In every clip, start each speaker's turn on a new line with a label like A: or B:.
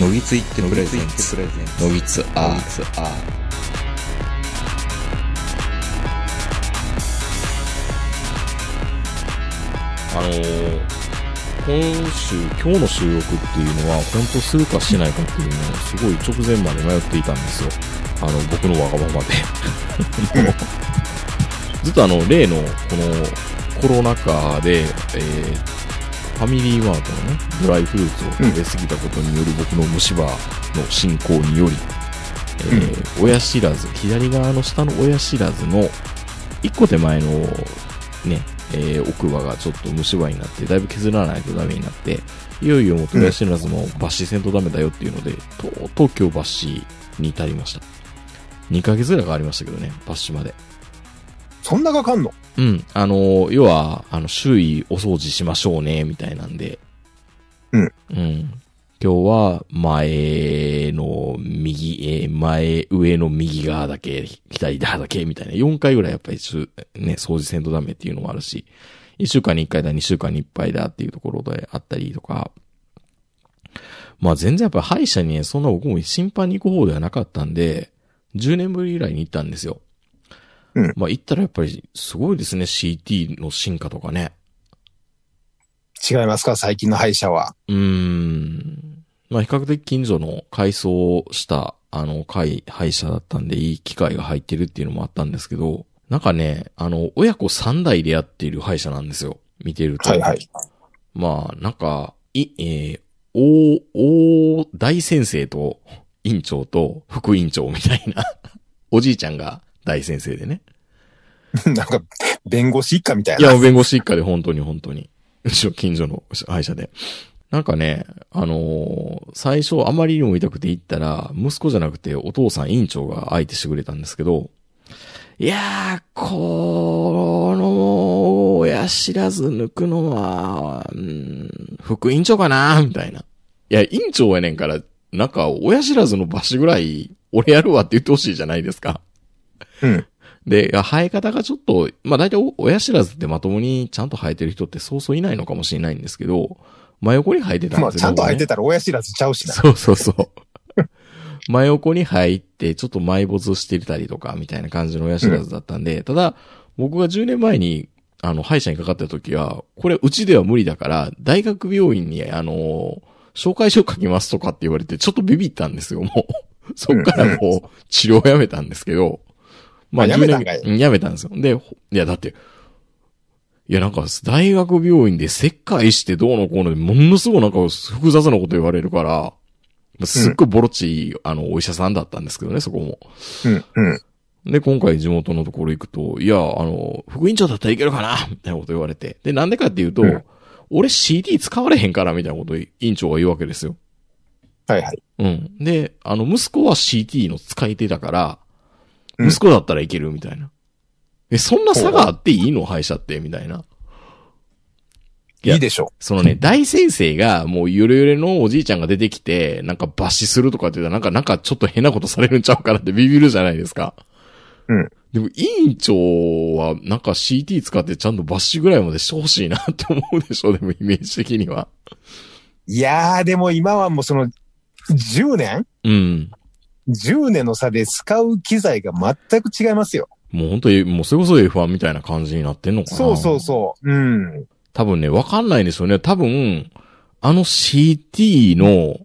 A: のぎついってプレゼンツ
B: レゼン
A: のぎつアー
B: ツアーあのー今週今日の収録っていうのは本当するかしないかっていうのをすごい直前まで迷っていたんですよあの僕のわがままで ずっとあの例のこのコロナ禍で、えーファミリーマートのねドライフルーツを食べ過ぎたことによる僕の虫歯の進行により、えー親知らず左側の下の親知らずの1個手前のね、えー奥歯がちょっと虫歯になってだいぶ削らないとダメになっていよいよもう親知らずも抜歯せんとダメだよっていうので、とうとう今日抜歯に至りました2ヶ月ぐらいかかりましたけどね抜歯まで
C: そんなかかんの
B: うん。あの、要は、あの、周囲お掃除しましょうね、みたいなんで。
C: うん。
B: うん。今日は、前の右、えー前、上の右側だけ、左側だけ、みたいな。4回ぐらいやっぱりしゅ、ね、掃除せんとダメっていうのもあるし、1週間に1回だ、2週間に1回だっていうところであったりとか。まあ全然やっぱ歯医者にね、そんな僕も頻繁に行く方ではなかったんで、10年ぶり以来に行ったんですよ。まあ、言ったらやっぱりすごいですね、CT の進化とかね。
C: 違いますか最近の歯医者は。
B: うーん。まあ、比較的近所の改装した、あの、会、歯医者だったんで、いい機会が入ってるっていうのもあったんですけど、なんかね、あの、親子3代でやっている歯医者なんですよ。見てると。
C: はいはい。
B: まあ、なんか、い、えー、お、お、大先生と、院長と、副院長みたいな、おじいちゃんが大先生でね。
C: なんか、弁護士一家みたい
B: い
C: な。
B: や、弁護士一家で本当に本当に。 うちの近所の歯医者で。なんかね、あのー最初あまりにも痛くて行ったら、息子じゃなくてお父さん院長が相手してくれたんですけど、いやー、この、親知らず抜くのは、うん、副院長かなみたいな。いや、院長やねんから、なんか、親知らずの場所ぐらい、俺やるわって言ってほしいじゃないですか。
C: うん。
B: で、生え方がちょっと、まあ大体お親知らずってまともにちゃんと生えてる人ってそうそういないのかもしれないんですけど、真横に生えてたん
C: まあ、
B: です
C: ちゃんと生えて
B: た。
C: たら親知らずちゃうしな。
B: そうそう そう。真横に入って、ちょっと埋没してたりとか、みたいな感じの親知らずだったんで、ただ、僕が10年前に、あの、歯医者にかかった時は、これうちでは無理だから、大学病院に、あの、紹介書書きますとかって言われて、ちょっとビビったんですよ、もう。そっからもう、治療をやめたんですけど、まあ、
C: あやめたんかい
B: 10年うんやめたんですよ。で、ほいや、だって、いや、なんか、大学病院で切開してどうのこうので、ものすごいなんか複雑なこと言われるから、すっごいボロチ、あの、お医者さんだったんですけどね、そこも。
C: うん、うん。
B: で、今回地元のところ行くと、いや、あの、副院長だったらいけるかなみたいなこと言われて。で、なんでかっていうと、
C: うん
B: 俺 CD 使われへんから、みたいなことを院長が言うわけですよ。
C: はいはい。
B: うん。で、あの、息子は CT の使い手だから、
C: うん
B: 息子だったらいけるみたいな。え、そんな差があっていいの歯医者って、みたいな。いや
C: いいでしょ
B: そ のね、大先生が、もうゆるゆるのおじいちゃんが出てきて、なんか抜歯するとかって言ったら、なんか、なんかちょっと変なことされるんちゃうかなってビビるじゃないですか。
C: うん。
B: でも、委員長は、なんか CT 使ってちゃんと抜歯ぐらいまでしてほしいなって思うでしょ、でもイメージ的には。
C: う。いやー、でも今はもうその、10年
B: うん。
C: 10年の差で使う機材が全く違いますよ。
B: もう本当に、もうそれこそ F1 みたいな感じになってんのかな。
C: そうそうそう。うん。
B: 多分ね、わかんないんですよね。多分、あの CT の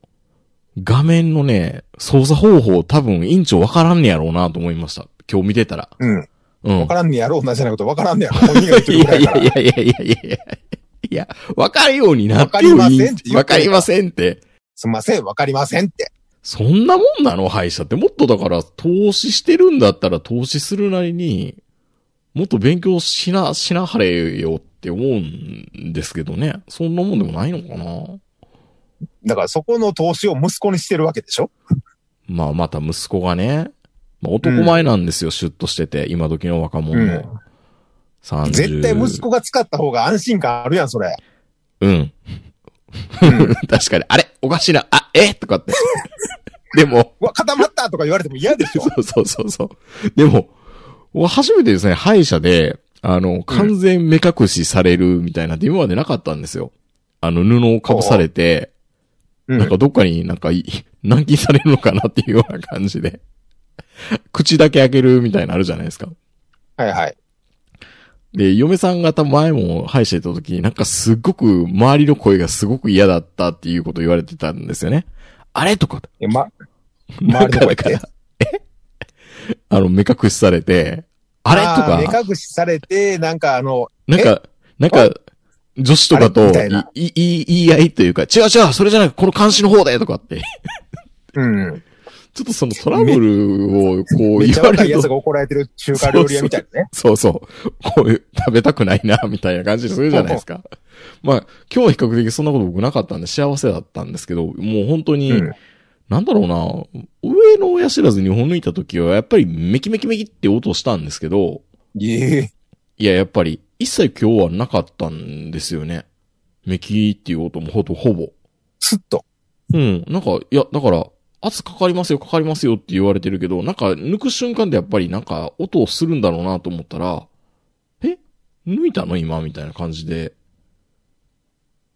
B: 画面のね、操作方法多分委員長わからんねやろうなと思いました。今日見てたら。
C: うん。
B: うん。
C: わからんねやろうなじゃないことわからんねやろ。本人が言ってる
B: い
C: ぐら
B: やい
C: いから。
B: やいやいやいやいやいや。いや、わかるようになってる
C: わかりませんって言ってるから
B: わかりませんって。
C: すんません、わかりませんって。
B: そんなもんなの歯医者って。もっとだから、投資してるんだったら投資するなりに、もっと勉強しな、しなはれよって思うんですけどね。そんなもんでもないのかな。
C: だからそこの投資を息子にしてるわけでしょ
B: まあ、また息子がね、まあ、男前なんですよ、シュッとしてて、今時の若者
C: うん
B: の。30
C: 絶対息子が使った方が安心感あるやん、それ。
B: うん。
C: うん
B: 確かに、あれおかしいな、あ、えと かって。でも、
C: うわ、固まったとか言われても嫌でしょ
B: そうそうそうそう。でも、僕初めてですね、歯医者で、あの、完全目隠しされるみたいなんて今までなかったんですよ。あの、布をかぶされて、
C: ううん
B: なんかどっかになんかい、軟禁されるのかなっていうような感じで。口だけ開けるみたいなのあるじゃないですか。
C: はいはい。
B: で、嫁さん方前も歯医者行った時になんかすっごく周りの声がすごく嫌だったっていうことを言われてたんですよね。あれとか。
C: えま、周 りの声って
B: なんかだからえあの、目隠しされて、あれと
C: あー
B: か、
C: 目隠しされて、なんかあの、
B: なんか、なんか、女子とか
C: あれ
B: と
C: みたいない
B: い、いい、言い合いというか、違う違う、それじゃなく、この監視の方でとかって、
C: うん。
B: ちょっとそのトラブルをこう
C: めっ
B: 言
C: ちゃ
B: わ
C: 若
B: れ
C: いや
B: る
C: つ
B: と、
C: が怒られてる中華料理屋みたいなね。
B: そうそう、こういう、食べたくないな、みたいな感じするじゃないですか。まあ、今日は比較的そんなこと僕なかったんで幸せだったんですけど、もう本当に、
C: うん
B: なんだろうな、上の親知らず2本抜いた時は、やっぱりメキメキメキって音したんですけど、
C: ええ。
B: いや、やっぱり、一切今日はなかったんですよね。メキーっていう音もほぼ、ほぼ。
C: すっと。
B: うん。なんか、いや、だから、圧かかりますよ、かかりますよって言われてるけど、なんか、抜く瞬間でやっぱりなんか、音をするんだろうなと思ったら、え抜いたの今みたいな感じで、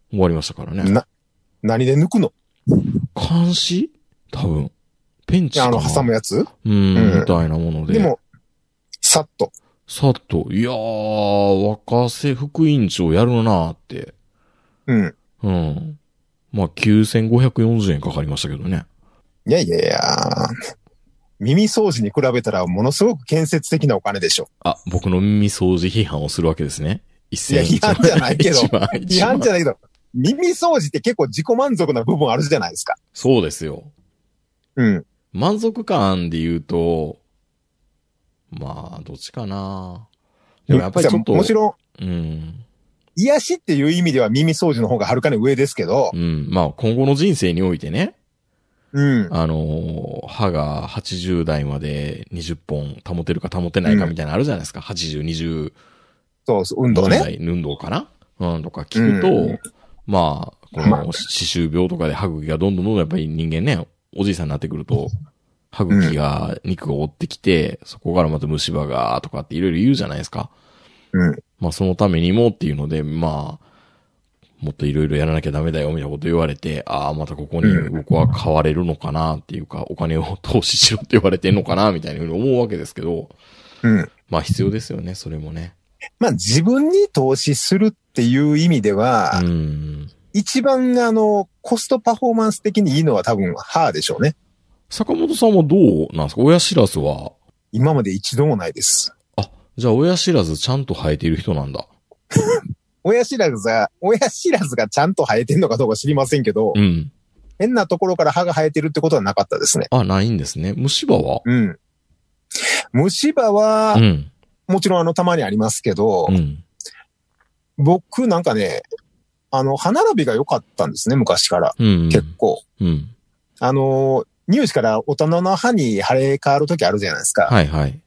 B: 終わりましたからね。
C: な、何で抜くの
B: 監視多分。ペンチ
C: あ
B: かな
C: の、挟むやつ
B: うん、
C: うん
B: みたいなもので。
C: でも、さっと。
B: さっと、いやー、若瀬副委員長やるなーって。
C: うん。
B: うん。まあ、9540円かかりましたけどね。
C: いやいやいや。耳掃除に比べたらものすごく建設的なお金でしょ。
B: あ、僕の耳掃除批判をするわけですね。一
C: いや
B: 千
C: 批判じゃないけど
B: 一番、一
C: 違反
B: 番
C: じ。ゃないけど、耳掃除って結構自己満足な部分あるじゃないですか。
B: そうですよ。
C: うん。
B: 満足感で言うと、まあ、どっちかな。でもやっぱりちょっと、
C: もちろん、
B: うん。
C: 癒しっていう意味では耳掃除の方がはるかに上ですけど
B: う、ん。まあ、今後の人生においてね、
C: うん。
B: あのー歯が80代まで20本保てるか保てないかみたいなのあるじゃないですか。80、20、
C: そうそう、運動
B: どのぐ
C: ね。
B: らい運動かなうん、とか聞くと、
C: うん
B: まあ、こ
C: ま
B: の歯周病とかで歯茎がどんどんどんどんやっぱり人間ね、おじいさんになってくると、歯茎が、肉が折ってきて、そこからまた虫歯が、とかっていろいろ言うじゃないですか。
C: うん。
B: まあそのためにもっていうので、まあ、もっといろいろやらなきゃダメだよ、みたいなこと言われて、ああ、またここに
C: う
B: 僕は買われるのかなっていうか、お金を投資しろって言われてんのかな、みたいなふうに思うわけですけど、
C: うん。
B: まあ必要ですよね、それもね。
C: まあ自分に投資するっていう意味では
B: う、ん。
C: 一番あの、コストパフォーマンス的にいいのは多分歯でしょうね。
B: 坂本さんはどうなんですか親知らずは、
C: 今まで一度もないです。
B: あ、じゃあ親知らずちゃんと生えている人なんだ。
C: 親知らずが、親知らずがちゃんと生えてるのかどうか知りませんけど、
B: うん。
C: 変なところから歯が生えてるってことはなかったですね。
B: あ、ないんですね。虫歯は
C: うん。虫歯は
B: う、ん。
C: もちろんあの、たまにありますけど
B: う、ん。
C: 僕なんかね、あの、歯並びが良かったんですね、昔から。
B: うん。
C: 結構。
B: うん。
C: あの、乳歯から大人の歯に腫れ変わる時あるじゃないですか。
B: はいはい。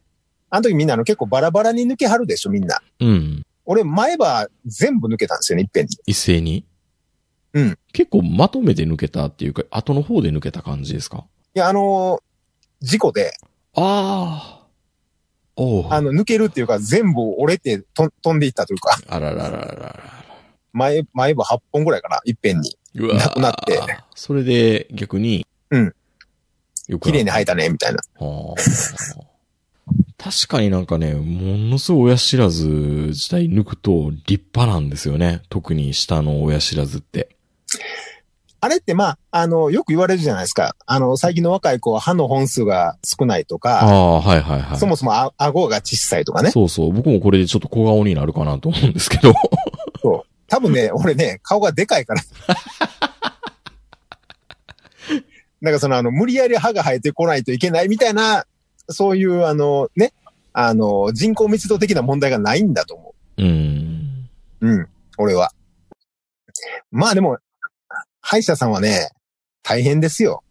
C: あの時みんなあの結構バラバラに抜けはるでしょ、みんな。
B: うん。
C: 俺、前歯全部抜けたんですよね、いっぺんに。
B: 一斉に
C: うん。
B: 結構まとめて抜けたっていうか、後の方で抜けた感じですか
C: いや、あの、事故で、
B: ああ。おう。
C: あの、抜けるっていうか、全部折れてと飛んでいったというか、
B: あららららら
C: 前、前歯8本ぐらいかな、いっぺんに。
B: ら。うわー
C: なくなって。
B: それで逆に。
C: うん。
B: よく
C: 綺麗に生
B: 入
C: えたね、みたいな。
B: 確かになんかね、ものすごい親知らず自体抜くと立派なんですよね。特に下の親知らずって。
C: あれって、まあ、あの、よく言われるじゃないですか。あの、最近の若い子は歯の本数が少ないと
B: あ
C: か、
B: あ、はいはいはい。
C: そもそもあ顎が小さいとかね。
B: そうそう。僕もこれでちょっと小顔になるかなと思うんですけど。
C: 多分ね、俺ね、顔がでかいから。なんかその、あの、無理やり歯が生えてこないといけないみたいな、そういう、あの、ね、あの、人口密度的な問題がないんだと思
B: うん。
C: う。うん、俺は。まあでも、歯医者さんはね、大変ですよ。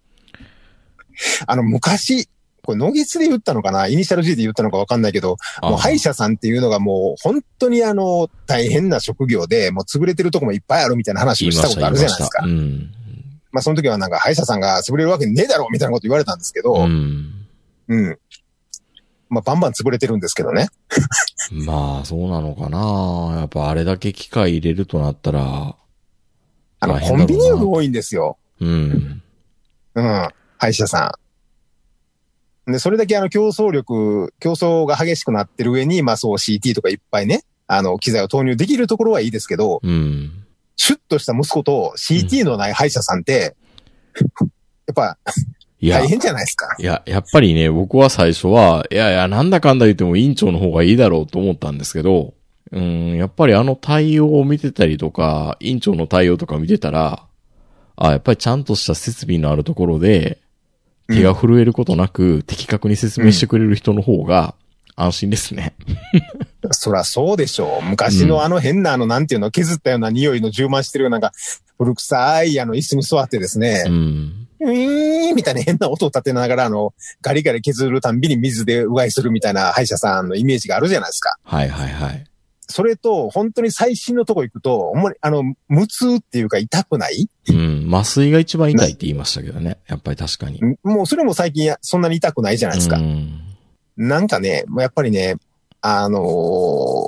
C: あの、昔、これ、ノギスで言ったのかなイニシャル G で言ったのかわかんないけど、もう歯医者さんっていうのがもう本当にあの、大変な職業で、もう潰れてるとこもいっぱいあるみたいな話を
B: 言い
C: し
B: ま
C: た
B: し
C: こ
B: た、
C: とあ
B: 言い
C: る
B: ま
C: じゃな
B: し
C: いです
B: た。
C: か。
B: うん。
C: まあその時はなんか歯医者さんが潰れるわけねえだろみたいなこと言われたんですけ
B: う
C: ど、
B: ん。
C: うん。まあバンバン潰れてるんですけどね。
B: まあ、そうなのかな。やっぱあれだけ機械入れるとなったら、
C: あの、コ
B: 大変だろうな
C: ンビニより多いんですよ。
B: うん。
C: うん。歯医者さん。で、それだけあの競争力、競争が激しくなってる上に、まあそう CT とかいっぱいね、あの、機材を投入できるところはいいですけど、
B: うん。
C: シュッとした息子と CT のない歯医者さんって、やっぱ
B: いや
C: 大、変じゃないですか。
B: いや、やっぱりね、僕は最初は、いやいや、なんだかんだ言っても委員長の方がいいだろうと思ったんですけど、うん、やっぱりあの対応を見てたりとか、委員長の対応とか見てたら、あやっぱりちゃんとした設備のあるところで、手が震えることなく、的確に説明してくれる人の方が安心ですね。
C: そらそうでしょう。昔のあの変なあの、なんていうの、削ったような匂いの充満してるような、なんか、古臭いあの椅子に座ってですね
B: う、ん。
C: うーん、みたいな変な音を立てながら、あの、ガリガリ削るたんびに水でうがいするみたいな歯医者さんのイメージがあるじゃないですか。
B: はいはいはい。
C: それと、本当に最新のとこ行くと、ほんまに、あの、無痛っていうか痛くない
B: うん。麻酔が一番痛いって言いましたけどね。やっぱり確かに。
C: んもうそれも最近やそんなに痛くないじゃないですか
B: う。ん。
C: なんかね、もうやっぱりね、あのー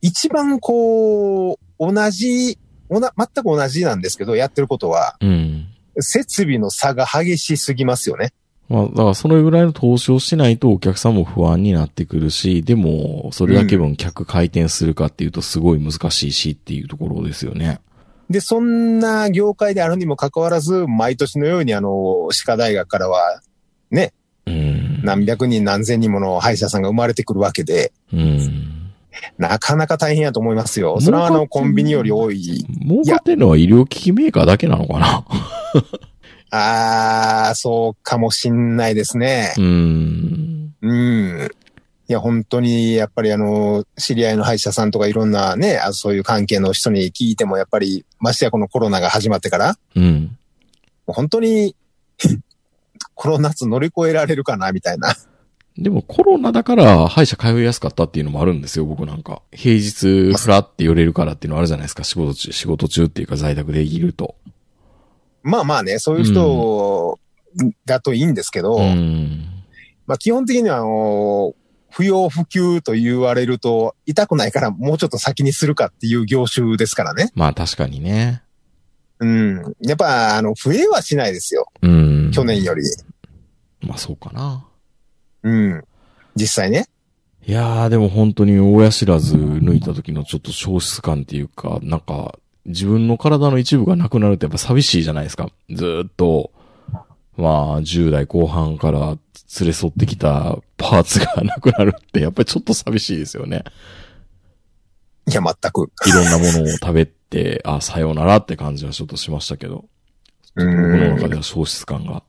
C: 一番こう、同じ、おな、全く同じなんですけど、やってることは、
B: うん。
C: 設備の差が激しすぎますよね。
B: まあ、だからそれぐらいの投資をしないとお客さんも不安になってくるし、でも、それだけ分客回転するかっていうとすごい難しいしっていうところですよね。
C: で、そんな業界であるにもかかわらず、毎年のようにあの、歯科大学からは
B: うん。
C: 何百人何千人もの歯医者さんが生まれてくるわけで、
B: うん。
C: なかなか大変やと思いますよ。それはあ
B: 儲か
C: の、
B: ってる
C: コンビニより多い。
B: 儲かってるのは医療機器メーカーだけなのかな
C: あー、そうかもしんないですね
B: う。ん。
C: うん。いや、本当に、やっぱりあの、知り合いの歯医者さんとかいろんなね、あそういう関係の人に聞いても、やっぱり、ましてやこのコロナが始まってから、
B: うん。
C: もう本当に、 この夏乗り越えられるかな、みたいな。
B: でもコロナだから歯医者通いやすかったっていうのもあるんですよ、僕なんか。平日フラって寄れるからっていうのあるじゃないですか、仕事中、仕事中っていうか在宅でいると。
C: まあまあね、そういう人だといいんですけど、
B: うん。
C: まあ基本的には、あの、不要不急と言われると、痛くないからもうちょっと先にするかっていう業種ですからね。
B: まあ確かにね。
C: うん。やっぱ、あの、増えはしないですよ。
B: うん。
C: 去年より。
B: まあそうかな。
C: うん。実際ね。
B: いやー、でも本当に親知らず抜いた時のちょっと消失感っていうか、なんか、自分の体の一部がなくなるってやっぱ寂しいじゃないですか。ずーっと、まあ、10代後半から連れ添ってきたパーツがなくなるって、やっぱりちょっと寂しいですよね。
C: いや、全く。
B: いろんなものを食べて、あ、さようならって感じはちょっとしましたけど。
C: う
B: 僕の中
C: ん。
B: では消失感が。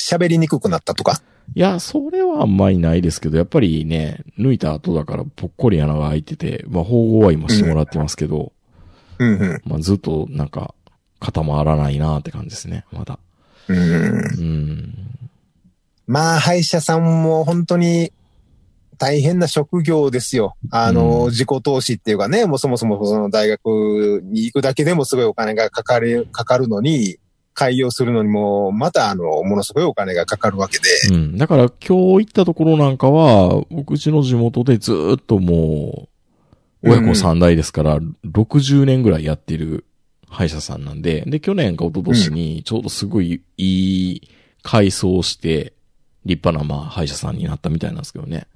C: 喋りにくくなったとか。
B: いや、それはあんまりないですけど、やっぱりね、抜いた後だからぽっこり穴が開いてて、まあ、縫合は今してもらってますけど、
C: うんうん。
B: まあ、ずっとなんか、固まらないなって感じですね、まだ。
C: うん。
B: うん。
C: まあ、歯医者さんも本当に大変な職業ですよ。あの、
B: うん
C: 自己投資っていうかね、もうそもそもその大学に行くだけでもすごいお金がかかる、かかるのに、開業するのにも、またあの、ものすごいお金がかかるわけで。
B: うん。だから今日行ったところなんかは、僕うちの地元でずーっともう、親子3代ですから、60年ぐらいやってる歯医者さんなんで、で、去年か一昨年にちょうどすごいいい改装して、立派なまあ歯医者さんになったみたいなんですけどね。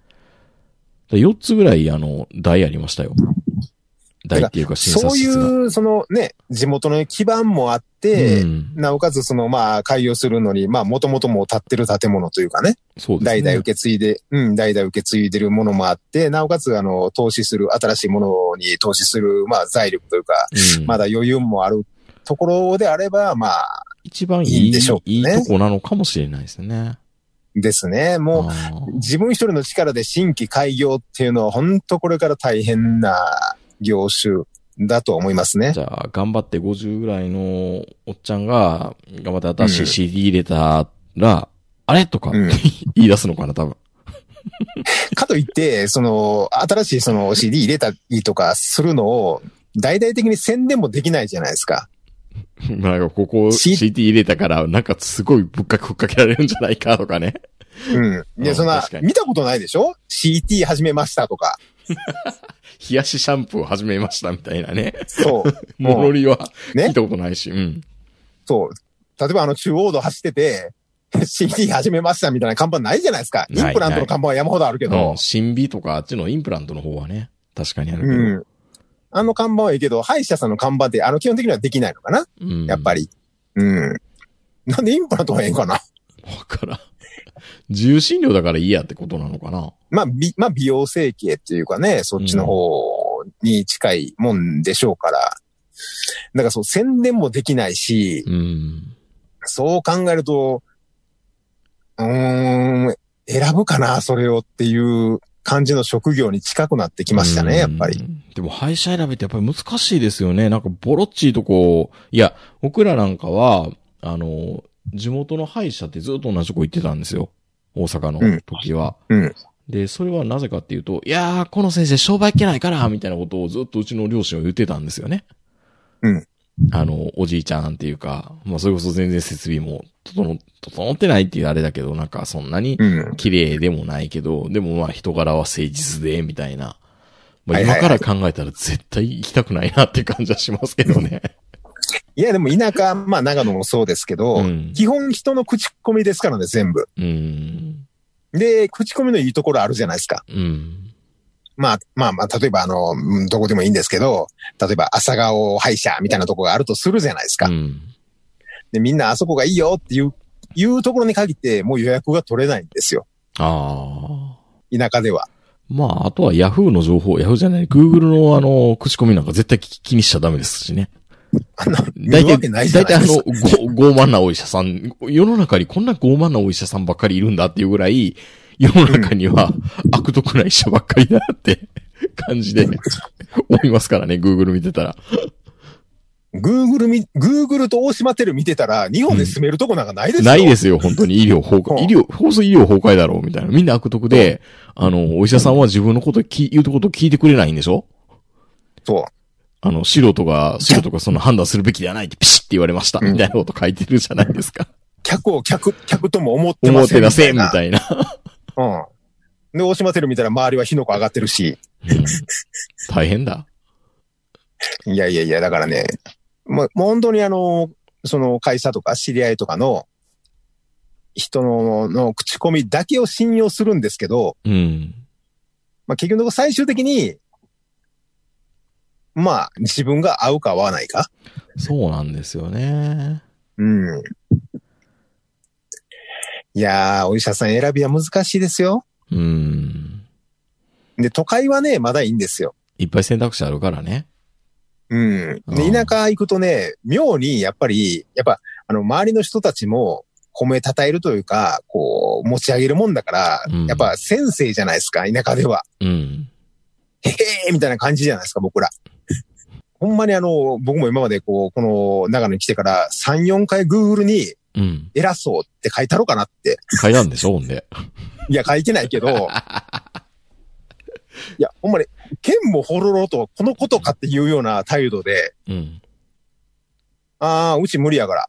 B: 4つぐらいあの、台ありましたよ。台っていうか診察
C: そうい
B: 室が。
C: う、そのね、地元の基盤もあって、
B: うん、
C: なおかつその、まあ、開業するのに、まあ、もともともう建ってる建物というかね、
B: そうですね。
C: 代々受け継いで、うん、代々受け継いでるものもあって、なおかつ、あの、投資する、新しいものに投資する、まあ、財力というか、
B: うん
C: まだ余裕もあるところであれば、まあ、
B: 一番い
C: いい
B: い
C: んでしょうね
B: いいとこなのかもしれないですね。
C: ですね。もう、
B: あー
C: 自分一人の力で新規開業っていうのは、本当これから大変な業種だと思いますね
B: じ。ゃあ、頑張って50ぐらいのおっちゃんが、頑張って新しい CD 入れたら、あれとか、
C: うん
B: 言い出すのかな、多分。
C: かといって、その、新しいその CD 入れたりとかするのを、大々的に宣伝もできないじゃないですか。
B: まあなんか、ここ
C: C-
B: CD 入れたから、なんかすごいぶっかけふっかけられるんじゃないかとかね。
C: うん。
B: う
C: で、
B: ん
C: そんな
B: 確か、に
C: 見たことないでしょ ?CT 始めましたとか。
B: 冷やしシャンプーを始めましたみたいなね。
C: そう。
B: も
C: もう
B: のりは、
C: ね
B: 聞いたことないし、うん。
C: そう。例えばあの中央道走ってて、CD 始めましたみたいな看板ないじゃないですか。イ
B: ない
C: ンプラントの看板は山ほどあるけ
B: うん
C: ど。
B: 新美とかあっちのインプラントの方はね、確かにあるけ
C: う
B: ど。
C: ん。あの看板はいいけど、歯医者さんの看板って、あの基本的にはできないのかな
B: うん
C: やっぱり。うん。なんでインプラントがええんかな
B: わからん。 重心量だからいいやってことなのかな
C: まあ、び、まあ、美容整形っていうかね、そっちの方に近いもんでしょうから。だからそう、宣伝もできないし、
B: うん。
C: そう考えると、うーん、選ぶかな、それをっていう感じの職業に近くなってきました
B: うん
C: ね、やっぱり。。
B: でも、廃車選びってやっぱり難しいですよね。なんか、ボロっちいとこ、いや、僕らなんかは、あの、地元の歯医者ってずっと同じとこ行ってたんですよ。大阪の時は。
C: うんうん
B: で、それはなぜかっていうと、いやー、この先生商売いけないから、みたいなことをずっとうちの両親は言ってたんですよね。
C: うん。
B: あの、おじいちゃんっていうか、まあ、それこそ全然設備も整っ、整ってないっていうあれだけど、なんかそんなに
C: うん。
B: 綺麗でもないけど、でもまあ人柄は誠実で、みたいな。まあ
C: はいは
B: 今
C: い
B: か
C: は
B: ら考えたら絶対行きたくないなって感じはしますけどね。
C: いや、でも田舎、まあ長野も そうですけど、
B: うん。
C: 基本人の口コミですからね、全部。
B: うん。
C: で、口コミのいいところあるじゃないですか。
B: うん。
C: まあ、まあまあ、例えばあの、うんどこでもいいんですけど、例えば朝顔歯医者みたいなとこがあるとするじゃないですか。
B: うん。
C: で、みんなあそこがいいよっていう、いうところに限って、もう予約が取れないんですよ。
B: ああ。
C: 田舎では。
B: まあ、あとは Yahoo の情報、Yahoo じゃない、Google のあの、口コミなんか絶対気気にしちゃダメですしね。
C: あんな、見
B: 大
C: るわ
B: 体、
C: けないじゃ
B: 大
C: な
B: 体
C: い
B: あ
C: です
B: の、
C: か。
B: ご傲慢なお医者さん、世の中にこんな傲慢なお医者さんばっかりいるんだっていうぐらい、世の中には悪徳な医者ばっかりだなって感じで思いますからね、Google 見てたら。
C: Google み、Google と大島テレ見てたら、日本で住めるとこなんかないですよ。
B: ないですよ、本当に医療崩
C: うん
B: 壊。医療、放送医療崩壊だろう、みたいな。みんな悪徳で、あの、お医者さんは自分のことき言うこと聞いてくれないんでしょ
C: そう。
B: あの、素人が、素人がその判断するべきではないってピシッって言われました、
C: うん
B: みたいなこと書いてるじゃないですか。
C: 客を客、客とも思って
B: 思
C: ま
B: っ
C: せん
B: て
C: み
B: 出
C: た
B: せ
C: い
B: ん、
C: な。
B: みた いな。
C: うん。で、大島テレ見たら周りは火の粉上がってるし。
B: うん大変だ。
C: いやいやいや、だからね、もうもう本当にあの、その会社とか知り合いとかの人のの口コミだけを信用するんですけど、
B: うん。
C: まあ、結局のところ最終的に、まあ自分が合うか合わないか。
B: そうなんですよね。
C: うん。いやー、お医者さん選びは難しいですよ。
B: うん。
C: で、都会はね、まだいいんですよ。
B: いっぱい選択肢あるからね。
C: うん。
B: うん
C: で、田舎行くとね、妙にやっぱり、やっぱ、あの、周りの人たちも、褒めたたえるというか、こう、持ち上げるもんだから、
B: うん
C: やっぱ先生じゃないですか、田舎では。
B: うん。
C: へへーみたいな感じじゃないですか、僕ら。 ほんまにあの、僕も今までこう、この長野に来てから、3、4回 Google に、
B: うん。
C: 偉そうって書いたろかなって。
B: 階段でしょ、ほんで。
C: いや、書いてないけ ど、いや、ほんまに、剣もほろろと、このことかっていうような態度で、
B: うん。
C: あー、うち無理やから、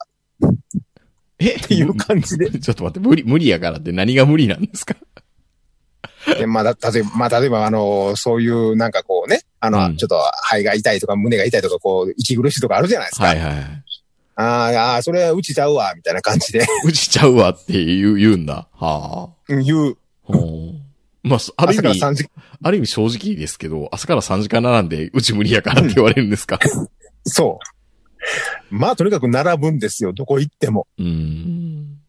B: え
C: っていう感じで。
B: ちょっと待って、無理、無理やからって何が無理なんですか
C: で、まあ、だ例えば、まあ、例えば、あの、そういう、なんかこうね、あの、
B: うん
C: ちょっと、肺が痛いとか、胸が痛いとか、こう、息苦しいとかあるじゃないですか。
B: はいはい。
C: あーあー、それはうちちゃうわ、みたいな感じで
B: うちちゃうわって言う、言うんだ。は
C: うん言う。
B: あ。ほうまあ、そある
C: 朝
B: 意
C: から
B: 味、
C: 3時、
B: ある意味正直ですけど、朝から3時間並んで、うち無理やからって言われるんです か
C: そう。まあ、とにかく並ぶんですよ、どこ行っても。
B: うん。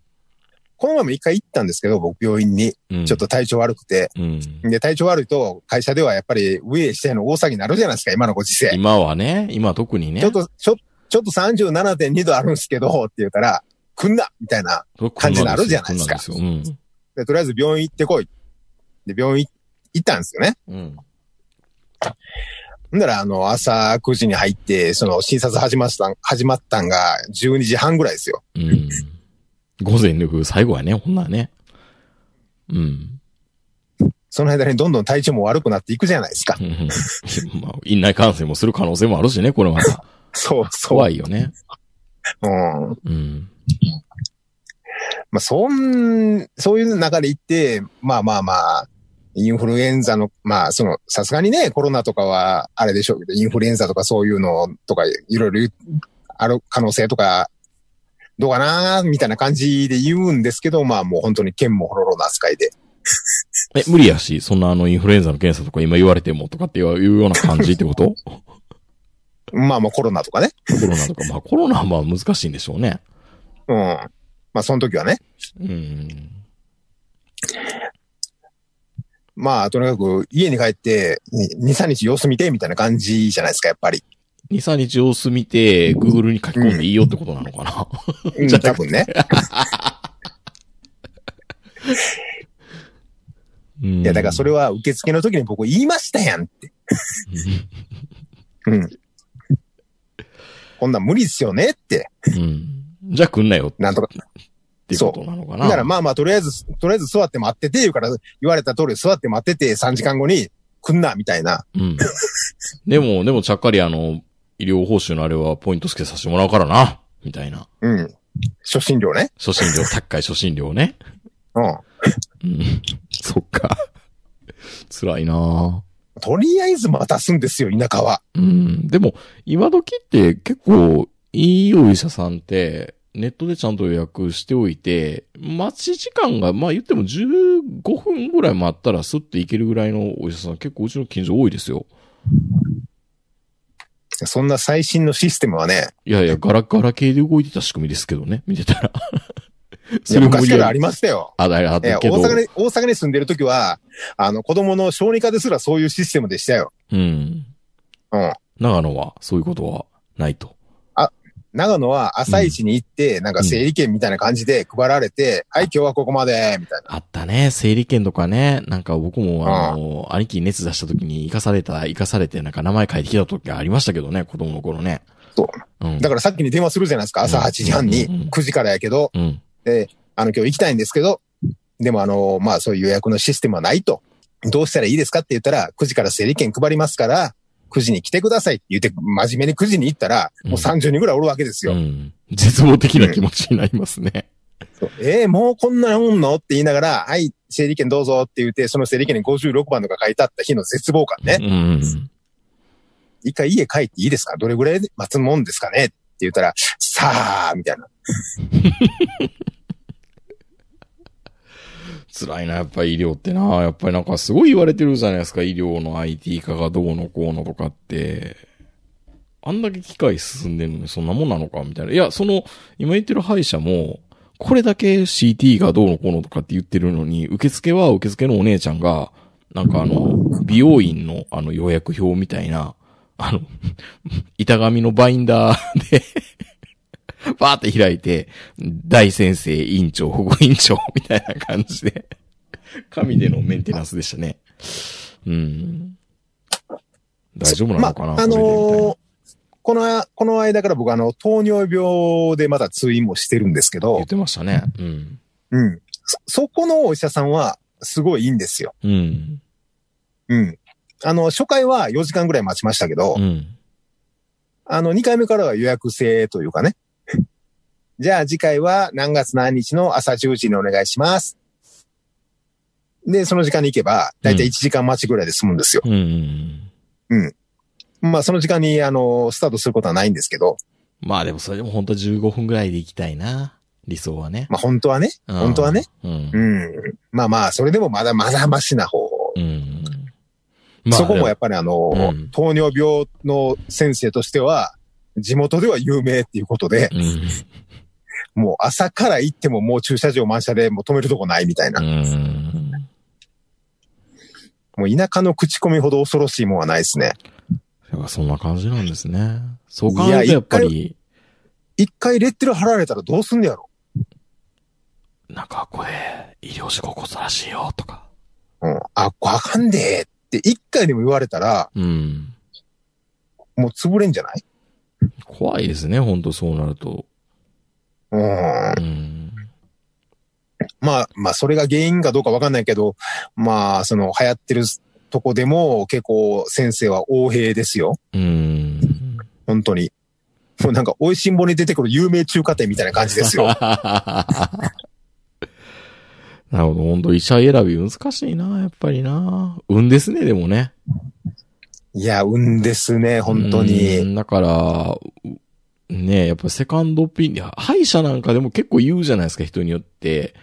C: この前も一回行ったんですけど、僕、病院に。
B: うん
C: ちょっ。と体調悪くて。
B: うん。
C: で、体調悪いと、会社ではやっぱり、上へ下への大騒ぎになるじゃないですか、今のご時世。
B: 今はね、今特にね。
C: ちょっと、ちょ、ちょっと37.2度あるんですけど、って言ったら、来んなみたいな。感じになるじゃないですか
B: こんなんですよ
C: で、とりあえず病院行ってこい。で、病院行ったんですよね。
B: うん。うん。
C: ほんなら、あの、朝9時に入って、その、診察始まったん、始まったんが、12時半ぐらいですよ。
B: うん。午前の部、最後はね、ほんならね。うん。
C: その間にどんどん体調も悪くなっていくじゃないですか。
B: うんうん まあ、院内感染もする可能性もあるしね、こ れは。
C: そう、そう。
B: 怖いよね。
C: うん。
B: うん。
C: まあ、そん、そういう中で行って、まあまあまあ、インフルエンザの、まあ、その、さすがにね、コロナとかは、あれでしょうけど、インフルエンザとかそういうのとか、いろいろ、ある可能性とか、どうかなみたいな感じで言うんですけど、まあもう本当に剣もほろろな扱いで。
B: え、無理やし、そんなあの、インフルエンザの検査とか今言われてもとかっていうような感じってこと コ
C: まあまあコロナとかね。
B: ロナとか。まあ、コロナはまあ難しいんでしょうね。
C: うん。まあその時はね。
B: うん。
C: まあとにかく家に帰って2、3日様子見てみたいな感じじゃないですか、やっぱり。
B: 2、3日様子見て、Google に書き込んでいいよってことなのかな。
C: うん、
B: じゃな
C: 多
B: く
C: 分ね。
B: うん
C: いやだからそれは受付の時に僕言いましたやんって。うん。こんなん無理っすよねって。
B: うん。じゃあ来んなよっ
C: なんとか。
B: ていうことなのかな。
C: だからまあまあ、とりあえず、とりあえず座って待ってて、言うから、言われた通り座って待ってて、3時間後に来んな、みたいな。
B: うん。でも、でもちゃっかりあの、医療報酬のあれはポイント付けさせてもらうからな。みたいな。
C: うん。初診料ね。
B: 初診料、高い初診料ね。
C: うん。
B: うん。そっか。辛いな
C: とりあえず待たすんですよ、田舎は。
B: うん。でも、今時って結構、いいお医者さんって、ネットでちゃんと予約しておいて、待ち時間が、まあ言っても15分ぐらい待ったらスッと行けるぐらいのお医者さん結構うちの近所多いですよ。
C: そんな最新のシステムはね、
B: いやいや、ガラガラ系で動いてた仕組みですけどね、見てたら。
C: いや
B: を
C: 昔からあ
B: り。
C: りましたよ。
B: あ、だ、あっ
C: いや
B: た
C: 大
B: けど。
C: 阪に、大阪に住んでる時は、あの、子供の小児科ですらそういうシステムでしたよ。
B: うん。
C: うん。
B: 長野は、そういうことは、ないと。
C: 長野は朝一に行って、なんか整理券みたいな感じで配られて、はい、今日はここまで、みたいな。
B: あったね、整理券とかね。なんか僕も、あの、兄貴に熱出した時に生かされた、生かされて、なんか名前書いてきた時ありましたけどね、子供の頃ね。。
C: そう
B: うん。
C: だからさっきに電話するじゃないですか、朝8時半
B: うんうんうん
C: に、9時からやけど、
B: うん。
C: あの、今日行きたいんですけど、でもあの、まあそういう予約のシステムはないと。どうしたらいいですかって言ったら、9時から整理券配りますから、9時に来てくださいって言って、真面目に9時に行ったら、もう30人ぐらいおるわけです
B: う
C: よ。
B: ん。絶望的な気持ちになりますね。
C: そうえー、もうこんなもんのって言いながら、はい、整理券どうぞって言って、その整理券に56番とか書いてあった日の絶望感ね。
B: うん。
C: 一回家帰っていいですかどれぐらい待つもんですかねって言ったら、さあ、みたいな。
B: 辛いな、やっぱり医療ってな。やっぱりなんかすごい言われてるじゃないですか。医療の IT 化がどうのこうのとかって。あんだけ機械進んでるのにそんなもんなのかみたいな。いや、その、今言ってる歯医者も、これだけ CT がどうのこうのとかって言ってるのに、受付は受付のお姉ちゃんが、なんかあの、美容院のあの予約表みたいな、あの、 板紙のバインダーで、 バーって開いて、大先生、委員長、保護委員長、みたいな感じで、神でのメンテナンスでしたね。うん。大丈夫なのかな、
C: あ、あの
B: これでみたいな
C: ーこの、この間から僕あの、糖尿病でまだ通院もしてるんですけ
B: 言
C: ど
B: っ、てましたね。うん。
C: うん。そ、そこのお医者さんは、すごいいいんですよ。
B: うん。
C: うん。あの、初回は4時間ぐらい待ちましたけど、
B: うん。
C: あの、2回目からは予約制というかね。 じゃあ次回は何月何日の朝10時にお願いします。で、その時間に行けば、だいたい1時間待ちぐらいで済むんですよ。
B: うんうん。
C: まあ、その時間に、あの、スタートすることはないんですけど、
B: まあでもそれでも本当15分ぐらいで行きたいな。理想はね。
C: まあ、本当はね、
B: うん
C: 本当はね。
B: うん
C: う。ん。まあまあ、それでもまだまだマシな方。
B: うん。
C: そこもや
B: っ
C: っぱりあの、
B: うん
C: 糖尿病の先生としては、地元では有名っていうことで、
B: ぱ。うん。
C: もう朝から行ってももう駐車場満車でもう止めるとこないみたいな。
B: うん。
C: もう田舎の口コミほど恐ろしいもんはないですね。
B: だからそんな感じなんですね。そう考えるとやっぱり、
C: 一回レッテル貼られたらどうすんのやろ
B: なんかこれ、医療事故起こすらしいよ、とか。
C: うん。あ、わかんねえって一回でも言われたら、
B: うん。
C: もう潰れんじゃない
B: 怖いですね、本当そうなると。
C: うん。
B: うん。
C: まあ、まあ、それが原因かどうかわかんないけど、まあ、その流行ってるとこでも結構先生は横兵ですよ。
B: うん。
C: 本当に。もうなんか、美味しんぼに出てくる有名中華店みたいな感じです よ。
B: なるほど、本当医者選び難しいな、やっぱりな。運ですね、でもね。
C: いや、運ですね、本当
B: う
C: に。
B: ん。だから、ねえ、やっぱセカンドオピニオン、歯医者なんかでも結構言うじゃないですか、人によって。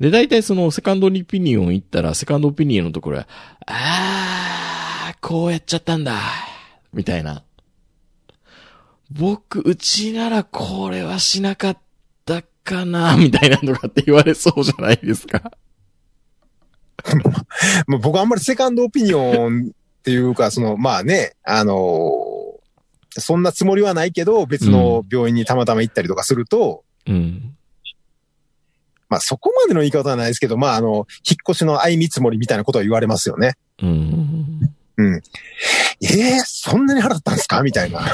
B: で、大体そのセカンドオピニオン行ったら、セカンドオピニオンのところは、あー、こうやっちゃったんだ、みたいな。僕、うちならこれはしなかったかな、みたいなのかって言われそうじゃないですか。
C: まあ、僕あんまりセカンドオピニオンっていうか、その、まあね、あのーそんなつもりはないけど、別の病院にたまたま行ったりとかすると、
B: うん。
C: まあそこまでの言い方はないですけど、まああの、引っ越しの相見積もりみたいなことは言われますよね。
B: うん。
C: ええそんなに払ったんですかみたいな。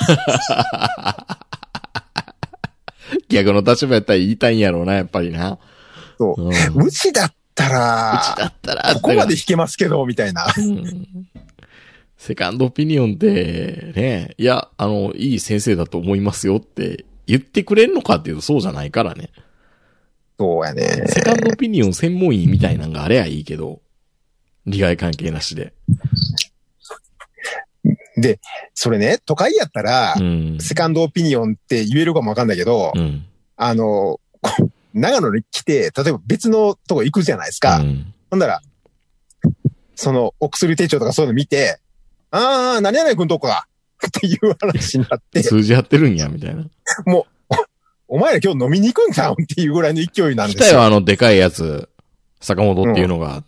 B: 逆の立場やったら言いたいんやろうな、やっぱりな。
C: そ
B: うん。うち
C: うちだったら、
B: だったら、
C: ここまで弾けますけど、みたいな。
B: うんセカンドオピニオンって、ね、いや、あの、いい先生だと思いますよって言ってくれんのかっていうとそうじゃないからね。
C: そうやね。
B: セカンドオピニオン専門医みたいなんがあれはいいけど、利害関係なしで。
C: それね、都会やったら
B: う、ん。
C: セカンドオピニオンって言えるかもわかんないけど、
B: うん。
C: あの、こ長野に来て、例えば別のとこ行くじゃないですか。
B: うん
C: ほんだら、その、お薬手帳とかそういうの見て、あー、何々くんとこか、 っていう話にな って、
B: 通じ合ってるんや、みたいな。
C: お前ら今日飲みに行くんじゃんっていうぐらいの勢いなん
B: 来
C: で
B: た
C: す
B: よ、
C: よ。
B: あの、でかいやつ。坂本っていうのが、っ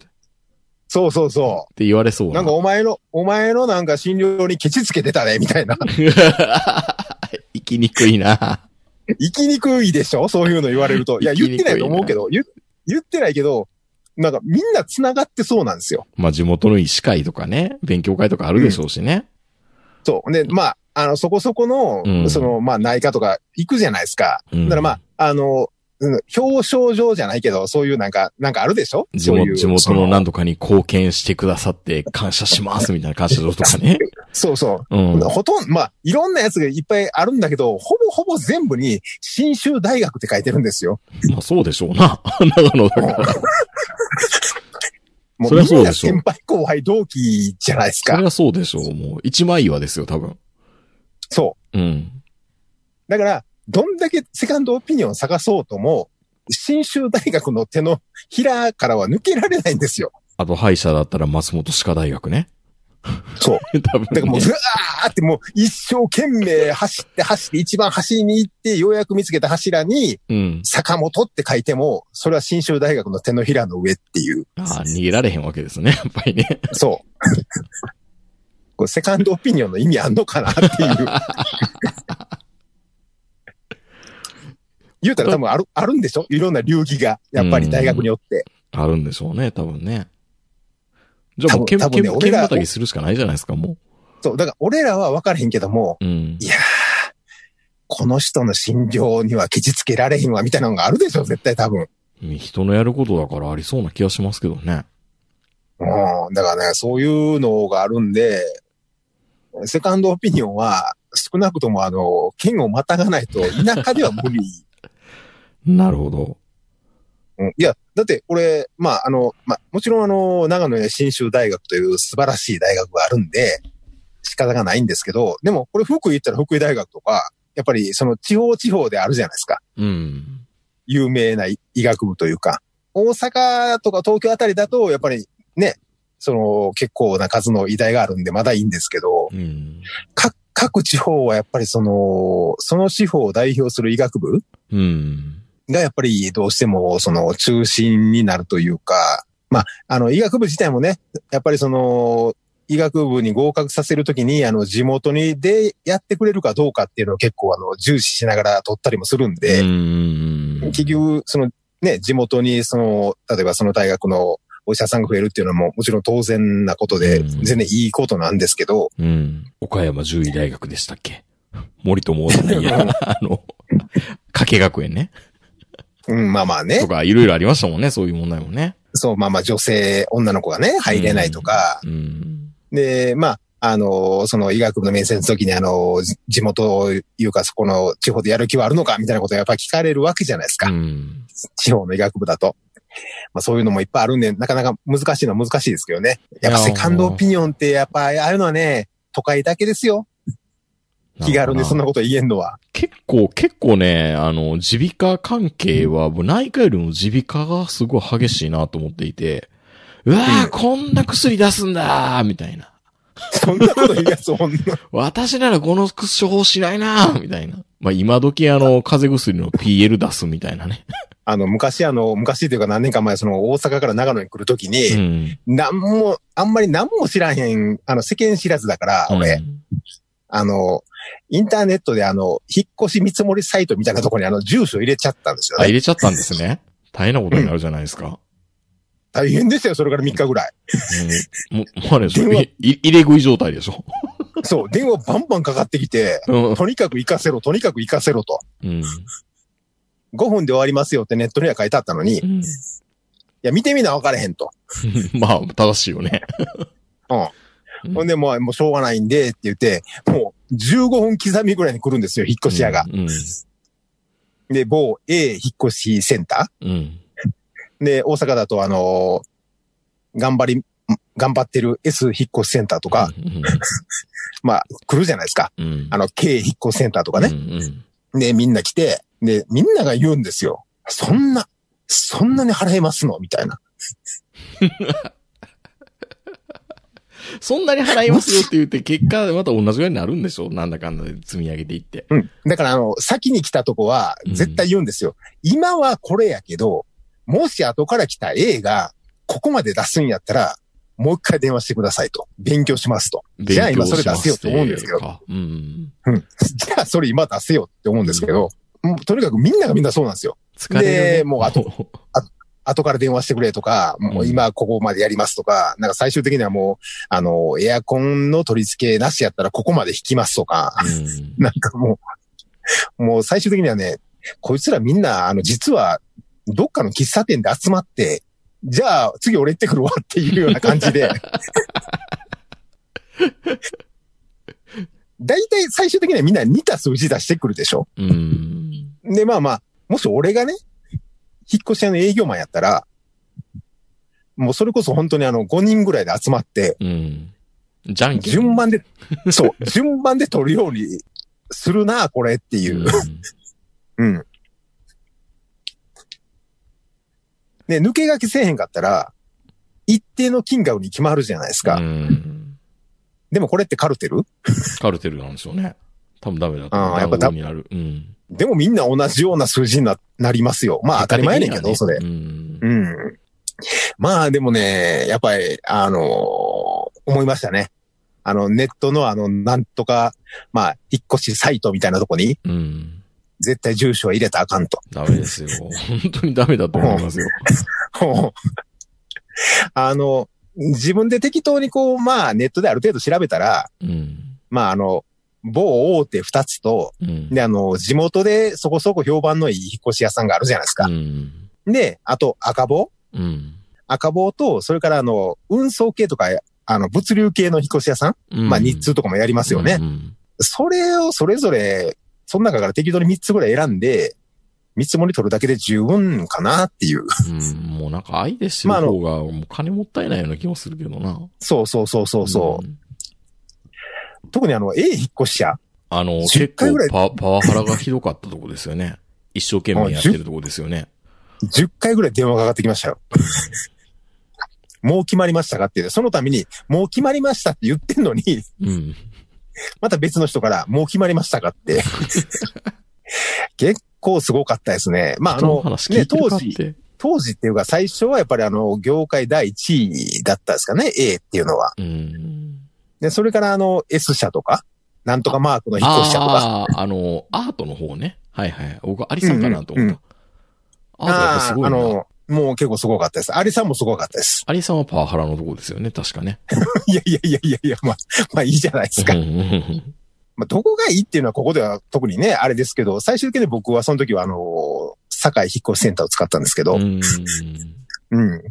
C: そうそうそ
B: て言われそう
C: う。
B: な。
C: なんかお前の、お前のなんか診療にケチつけてたね、みたい な。
B: 生きにくいな。
C: 生きにくいでしょそういうの言われると。いや、
B: 生き
C: 言っ
B: にく
C: て
B: いな
C: ないと思うけど、言言ってないけど、なんかみんな繋がってそうなんですよ。
B: まあ、地元の医師会とかね、勉強会とかあるでしょうしね。
C: そう。で、まあ、あの、そこそこの、
B: うん
C: その、まあ、内科とか行くじゃないですか。
B: うん
C: だからまあ、あの、うん表彰状じゃないけど、そういうなんか、なんかあるでしょ
B: 地
C: そうい
B: 元
C: う
B: 地元の何とかに貢献してくださって感謝しますみたいな感謝状とかね。
C: そうそうう。
B: ん。
C: ほとんど、まあ、いろんなやつがいっぱいあるんだけど、ほぼほぼ全部に、新州大学って書いてるんですよ。
B: まあそうでしょうな。 長野だから。
C: も
B: そりゃそう
C: みん
B: で
C: な
B: しょ
C: 先輩後輩同期じゃないです
B: そ
C: か
B: り。ゃそうでしょう。もう一枚岩ですよ、多分。
C: そ
B: うん。
C: う。だから、どんだけセカンドオピニオン探そうとも、新州大学の手のひらからは抜けられないんです よ。
B: あと、歯医者だったら松本歯科大学ね。
C: そう。
B: 多分、
C: だからもう、
B: ね。
C: ずわーってもう、一生懸命走って走って、一番端に行って、ようやく見つけた柱に、
B: うん。
C: 坂本って書いても、それは新州大学の手のひらの上っていう。
B: ああ、逃げられへんわけですね、やっぱりね。
C: そう。 これセカンドオピニオンの意味あんのかなっていう。 言うたら多分ある、あるんでしょいろんな流儀が、やっぱり大学によって。
B: あるんでしょうね、多分ね。じゃあもう、
C: 多
B: 剣、
C: 分多分ね
B: 剣、
C: 俺
B: 剣
C: ら
B: 畑するしかないじゃないですか、も
C: そう。だから俺らは分からへんけども、
B: う。うん
C: い。やー、この人の診療にはケチつけられへんわ、みたいなのがあるでしょ絶対多分。
B: 人のやることだからありそうな気がしますけどね。
C: うん、だからね、そういうのがあるんで、セカンドオピニオンは、少なくともあの、県をまたがないと、田舎では無理。
B: なるほど。
C: うん、いや、だって俺、まあ、あの、まあ、もちろんあの、長野や新州大学という素晴らしい大学があるんで、仕方がないんですけど、でもこれ福井行ったら福井大学とか、やっぱりその地方地方であるじゃないですか。
B: うん。
C: 有名な医学部というか、大阪とか東京あたりだと、やっぱりね、その結構な数の医大があるんでまだいいんですけど、
B: うん。
C: 各、各地方はやっぱりその、その地方を代表する医学部
B: うん。
C: がやっぱりどうしてもその中心になるというか、まあ、あの医学部自体もね、やっぱりその、医学部に合格させるときに、あの、地元にでやってくれるかどうかっていうのを結構、あの、重視しながら取ったりもするんで、
B: うん
C: 結局、そのね、地元にその、例えばその大学のお医者さんが増えるっていうのももちろん当然なことで、
B: うん
C: 全然いいことなんですけど、
B: うん。岡山獣医大学でしたっけ森友じゃないや、あの、加計学園ね。
C: うん、まあまあ
B: と
C: ね、
B: か、いろいろありましたもんね、そういう問題もね。
C: そう、まあまあ女性、女の子がね、入れないとか、
B: うん。
C: で、まあ、あの、その医学部の面接の時にあの、じ地元というかそこの地方でやる気はあるのかみたいなことをやっぱ聞かれるわけじゃないですか。
B: うん。
C: 地方の医学部だと。まあそういうのもいっぱいあるんで、なかなか難しいのは難しいですけどね。やっぱセカンドオピニオンってやっぱああいうのはね、都会だけですよ。気軽にそんなこと言えんのは。
B: 結構、結構ね、あの、耳鼻科関係は、もう内科よりも耳鼻科がすごい激しいなと思っていて、うわー、
C: うん
B: こんな薬出すんだーみたいな。
C: そんなこと言うやつ、 ほんの。
B: 私ならこの処方しないなーみたいな。まあ、今時あの、風邪薬の PL 出すみたいなね。
C: あの、昔、あの、昔というか何年か前、その大阪から長野に来るとき
B: う
C: に、
B: ん。
C: なんも、あんまり何も知らへん、あの、世間知らずだから、俺、
B: うん
C: あの、インターネットであの、引っ越し見積もりサイトみたいなところにあの、住所入れちゃったんですよ
B: あ、入
C: ね。
B: れちゃったんですね。大変なことになるじゃないですか。
C: 大変ですよ、それから3日ぐらい。
B: うん。もう、もうあれでしょ
C: 電話
B: いい入れ食い状態でしょ。
C: そう、電話バンバンかかってきて、
B: うん。
C: とにかく行かせろ、とにかく行かせろと。
B: うん。
C: 5分で終わりますよってネットには書いてあったのに、い
B: うん
C: や、見てみな分かれへんと。
B: まあ、正しいよね。うん
C: ほんで、もう、もうしょうがないんで、って言って、もう、15分刻みぐらいに来るんですよ、引っ越し屋が。
B: うん。
C: で、某 A 引っ越しセンタ
B: うん。
C: ーで、大阪だと、あのー頑張り、頑張ってる S 引っ越しセンターとか、
B: うん、
C: まあ、来るじゃないですか。
B: うん。うん
C: あの、K 引っ越しセンターとかね。
B: うん
C: で、みんな来て、で、みんなが言うんですよ。そんな、そんなに払えますのみたいな。
B: そんなに払いますよって言って、結果また同じぐらいになるんでしょなんだかんだで積み上げていって。
C: うん。だから、あの、先に来たとこは、絶対言うんですよ。今はこれやけど、もし後から来た A が、ここまで出すんやったら、もう一回電話してくださいと。勉強しますと。じゃあ今それ出せよと思うんですけど
B: 勉強しますっていうか。うん。
C: うん。 じゃあそれ今出せよって思うんですけど、もうとにかくみんながみんなそうなんですよ。
B: 疲れるね、
C: でもうあ
B: と。
C: 後から電話してくれとか、もう今ここまでやりますとか、なんか最終的にはもう、あの、エアコンの取り付けなしやったらここまで引きますとか、
B: うん
C: なんかもう、もう最終的にはね、こいつらみんな、あの、実は、どっかの喫茶店で集まって、じゃあ次俺行ってくるわっていうような感じで、大体最終的にはみんな似た数字出してくるでしょ
B: うん。
C: で、まあまあ、もし俺がね、引っ越し屋の営業マンやったら、もうそれこそ本当にあの5人ぐらいで集まって、
B: うん。じゃんけん。
C: 順番 で、そう、順番で取るようにするな、これってい
B: うん
C: う。うん。で、抜け書きせえへんかったら、一定の金額に決まるじゃないですか。
B: うん。
C: でもこれってカルテル
B: カルテルなんでしょうね。多分ダメだと思う。
C: あーやっぱ
B: ダメになる。うん。
C: でもみんな同じような数字にななりますよ。まあ当たり前やねんけど、それ
B: う。ん。
C: うん。まあでもね、やっぱり、あのー思いましたね。あの、ネットのあの、なんとか、まあ、引っ越しサイトみたいなとこに、
B: うん。
C: 絶対住所は入れたらあかんと。
B: ダメですよ。本当にダメだと思いますよ。
C: あの、自分で適当にこう、まあ、ネットである程度調べたら、
B: うん。
C: まあ、あの、某大手二つと、
B: うん。
C: で、あの、地元でそこそこ評判のいい引っ越し屋さんがあるじゃないですか
B: う。ん。
C: で、あと赤棒
B: うん。
C: 赤棒と、それからあの、運送系とか、あの、物流系の引っ越し屋さん
B: うん
C: まあ日通とかもやりますよね。
B: うんうん
C: それをそれぞれ、その中から適当に3つぐらい選んで、見積もり取るだけで十分かなっていう。
B: うんもうなんか愛でして
C: まああ
B: る
C: の
B: 方が、もう金もったいないような気もするけどな。
C: そうそうそうそうそう、
B: ん
C: 特にあの、A 引っ越し屋。
B: あの、結
C: 10回ぐら
B: 構
C: い
B: パパワハラがひどかったとこですよね。一生懸命やってるとこですよね。
C: 10回ぐらい電話かかってきましたよ。 もう決まりましたかって言って、そのために、もう決まりましたって言ってんのに、
B: うん。
C: また別の人から、もう決まりましたか って。結構すごかったですね。まあ、あ
B: 人の
C: の、
B: 話聞
C: ね、
B: いてる
C: 当
B: かっ
C: 時、
B: て。
C: 当時っていうか最初はやっぱりあの、業界第1位だったですかね、A っていうのは。
B: うん。
C: で、それからあの、S 社とか、なんとかマークの引っ越し社とか。
B: ああ、あの、アートの方ね。はいはい。僕、アリさんかなと思った。アートやっぱす
C: あ
B: ご
C: あ
B: いな。
C: の、もう結構すごかったです。アリさんもすごかったです。
B: アリさんはパワハラのとこですよね。確かね。
C: いやいやいやいやいや、まあ、まあいいじゃないですか
B: う。んうん
C: まあ、どこがいいっていうのはここでは特にね、あれですけど、最終的に僕はその時はあの、堺引っ越しセンターを使ったんですけど、
B: う
C: うん。
B: ん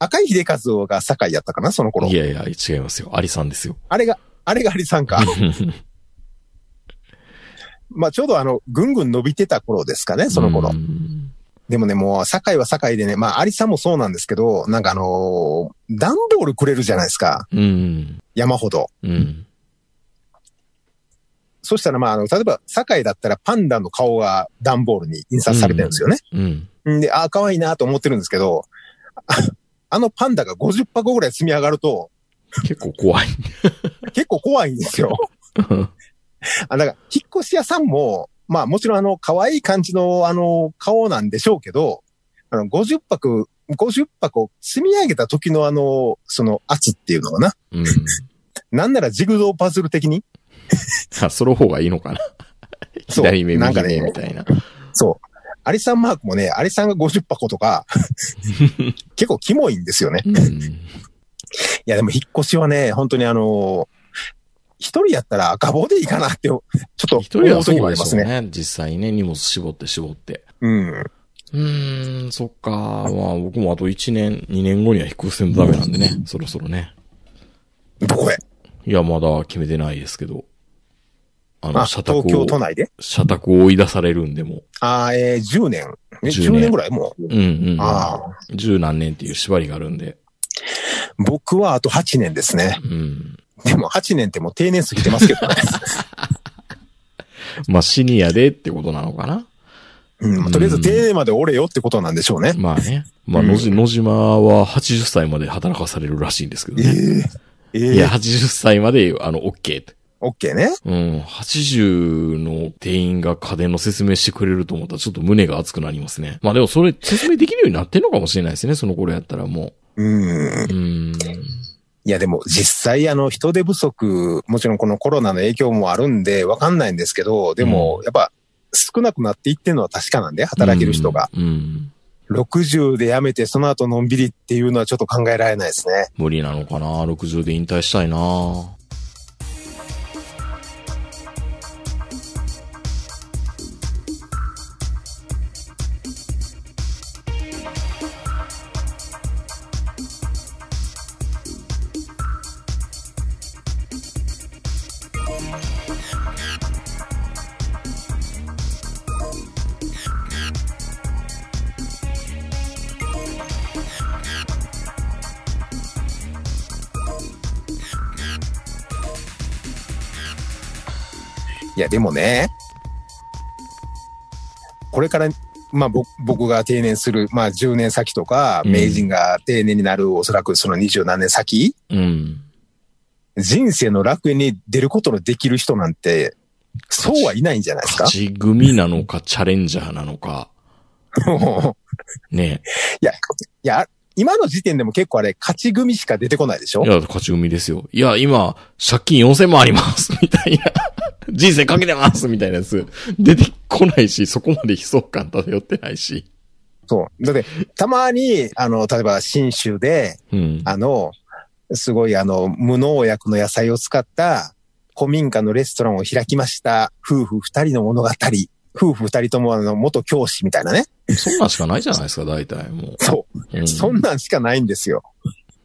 C: 赤井秀和が堺やったかな、その頃
B: い。やいや、違いますよ。アリさんですよ。
C: あれが、あれがアリさんか。まあちょうどあの、ぐんぐん伸びてた頃ですかね、その頃
B: う。ん
C: でもね、もう、堺は堺でね、まあ、有さんもそうなんですけど、なんかあのー段ボールくれるじゃないですか。
B: うん。
C: 山ほど。
B: うん。
C: そしたら、まあ、あの、例えば、堺だったらパンダの顔が段ボールに印刷されてるんですよね。
B: うん。
C: んで、あー、可愛いなと思ってるんですけど、ああのパンダが50箱ぐらい積み上がると、
B: 結構怖い。
C: 結構怖いんですよ。あ、だから、引っ越し屋さんも、まあもちろんあの、可愛い感じのあの、顔なんでしょうけど、あの、50箱、50箱積み上げた時のあの、その圧っていうのかな。
B: うん。
C: なんならジグゾーパズル的に、
B: あ、その方がいいのかな。
C: そう
B: 左目、
C: なん
B: 右
C: か
B: 目
C: ね
B: みたいな。
C: そう。アリさんマークもね、アリさんが50箱と か、結構キモいんですよね。
B: うん
C: いやでも引っ越しはね、本当にあの、一人やったら赤棒でいいかなって、ちょっと
B: 一人
C: 思
B: は
C: う時も
B: そう
C: あ
B: で
C: りま
B: し
C: す
B: ょう
C: ね。
B: ね。実際ね、荷物絞って絞って。
C: うん。
B: うーん、そっか。まあ僕もあと1年、2年後には引っ越せのダメなんでね。そろそろね。
C: どこへ
B: いや、まだ決めてないですけど。あ
C: あ、
B: の、社宅
C: 東京
B: を、
C: 都内で
B: 社宅を追い出されるんでも
C: ああ、えー、10年。え
B: 10
C: 10
B: 年
C: 年ぐらいもう。
B: う。うんうん。
C: ああ。
B: 十何年っていう縛りがあるんで。
C: 僕はあと8年ですね。
B: うん。
C: でも8年ってもう定年過ぎてますけ どね。
B: まあ、シニアでってことなのかな
C: うんまあとりあえず定年までおれよってことなんでしょうね。
B: まあね。まあ、
C: うん
B: 野じ野島は80歳まで働かされるらしいんですけど
C: え
B: ね。
C: え
B: い
C: ええ
B: や、80歳まで、あの、OK って。
C: オッケーね。
B: うん、80の店員が家電の説明してくれると思ったらちょっと胸が熱くなりますね。まあでもそれ説明できるようになってんのかもしれないですね、その頃やったらも
C: うん。
B: う。うん。
C: いやでも実際あの人手不足、もちろんこのコロナの影響もあるんでわかんないんですけど、でもやっぱ少なくなっていってるのは確かなんで、働ける人が。
B: うん。うん。
C: 60で辞めてその後のんびりっていうのはちょっと考えられないですね。
B: 無理なのかな ?60 で引退したいな
C: はいや、でもね、これから、まあ、ぼ僕が定年する、まあ、10年先とか、
B: うん
C: 名人が定年になる、おそらくその20何年先、
B: うん。
C: 人生の楽園に出ることのできる人なんて、そうはいないんじゃないですか
B: 勝。ち組なのかチャレンジャーなのか。
C: もう
B: ね
C: いや、いや、今の時点でも結構あれ、勝ち組しか出てこないでしょ
B: いや、勝ち組ですよ。いや、今、借金4000万あります、 みたいな。人生かけてます、みたいなやつ。出てこないし、そこまで悲壮感漂ってないし。
C: そう。だって、たまに、あの、例えば、新州で、
B: うん。
C: あの、すごいあの、無農薬の野菜を使った古民家のレストランを開きました。夫婦二人の物語。夫婦二人ともあの、元教師みたいなね。
B: そんなんしかないじゃないですか、大体も。
C: そう
B: う
C: う。
B: ん
C: そんなんしかないんですよ。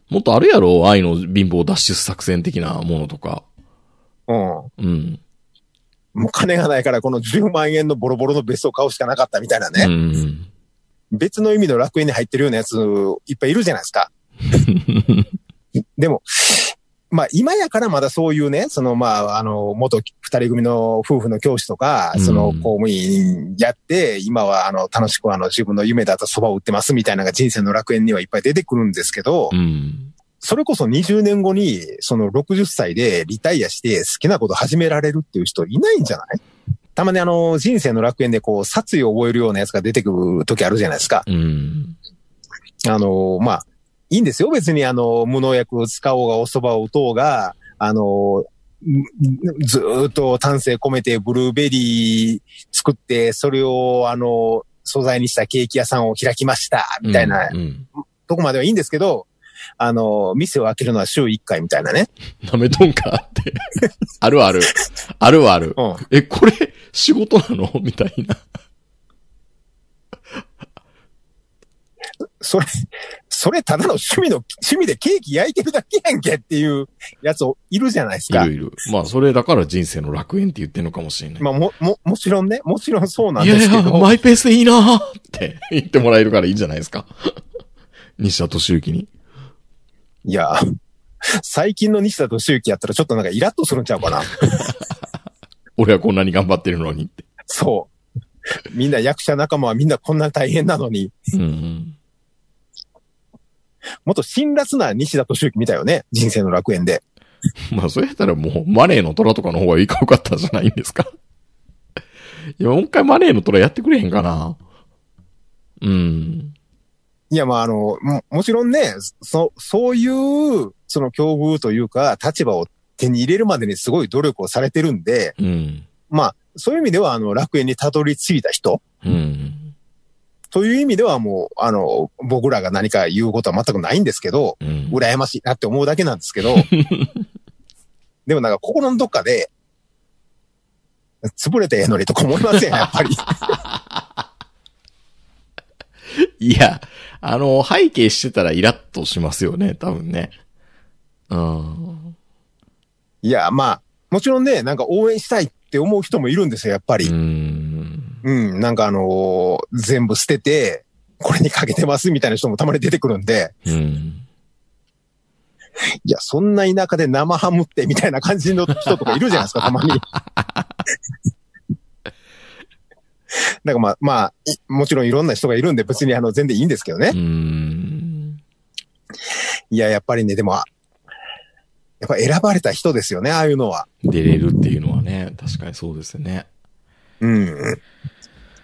B: もっとあるやろ愛の貧乏脱出作戦的なものとか。
C: うん。
B: うん。
C: もう金がないからこの10万円のボロボロの別荘を買うしかなかったみたいな
B: う
C: ね。
B: ん。
C: 別の意味の楽園に入ってるようなやついっぱいいるじゃないですか。でも、まあ今やからまだそういうね、そのまああの、元二人組の夫婦の教師とか
B: う、ん
C: その公務員やって、今はあの、楽しくあの、自分の夢だった蕎麦を売ってますみたいなのが人生の楽園にはいっぱい出てくるんですけど
B: う、ん。
C: それこそ20年後に、その60歳でリタイアして好きなこと始められるっていう人いないんじゃないたまにあの、人生の楽園でこう、殺意を覚えるようなやつが出てくる時あるじゃないですか。
B: うん。
C: あの、まあ、いいんですよ。別に、あの、無農薬を使おうが、お蕎麦を打とうが、あの、んずーっと丹精込めてブルーベリー作って、それを、あの、素材にしたケーキ屋さんを開きました、みたいな、
B: うん。
C: とこまではいいんですけど、あの、店を開けるのは週1回みたいなね。
B: 舐めとんかって。 あるある。あるある。
C: うん。
B: え、これ、仕事なのみたいな。
C: それ、それただの趣味の、趣味でケーキ焼いてるだけやんけっていうやつをいるじゃないですか
B: いる。いる。まあ、それだから人生の楽園って言ってんのかもしれない。
C: まあ、も、も、もちろんね、もちろんそうなん
B: い
C: で
B: や
C: す
B: い
C: けど。
B: や、マイペースでいいなーって言ってもらえるからいいんじゃないですか。 西田敏行に。
C: いや、最近の西田敏行やったらちょっとなんかイラッとするんちゃうかな。
B: 俺はこんなに頑張ってるのにって。
C: そう。みんな役者仲間はみんなこんな大変なのに、
B: うんうん。
C: もっと辛辣な西田敏行見たよね。人生の楽園で。
B: まあ、そうやったらもう、マネーの虎とかの方がいいかよかったんじゃないんですか。いや、もう一回マネーの虎やってくれへんかな。うん。
C: いや、まあ、あの、ももちろんね、そ、そういう、その境遇というか、立場を手に入れるまでにすごい努力をされてるんで、
B: うん。
C: まあ、そういう意味では、あの、楽園にたどり着いた人
B: うん。
C: という意味ではもう、あの、僕らが何か言うことは全くないんですけど、
B: うん。
C: 羨ましいなって思うだけなんですけ ど、でもなんか心のどっかで、潰れてええのにとか思いません、 やっぱり。
B: いや、あの、背景してたらイラッとしますよね、多分ね。うん。
C: いや、まあ、もちろんね、なんか応援したいって思う人もいるんですよ、やっぱ
B: う
C: り。
B: ん。
C: うん、なんかあのー全部捨てて、これにかけてますみたいな人もたまに出てくるんで、
B: うん。
C: いや、そんな田舎で生ハムってみたいな感じの人とかいるじゃ ないですか、たまに。なんかまあ、まあ、いもちろんいろんな人がいるんで別にあの全然いいんですけどね
B: う。ん。
C: いや、やっぱりね、でも、あやっぱ選ばれた人ですよね、ああいうのは。
B: 出れるっていうのはね、確かにそうですね。
C: うん。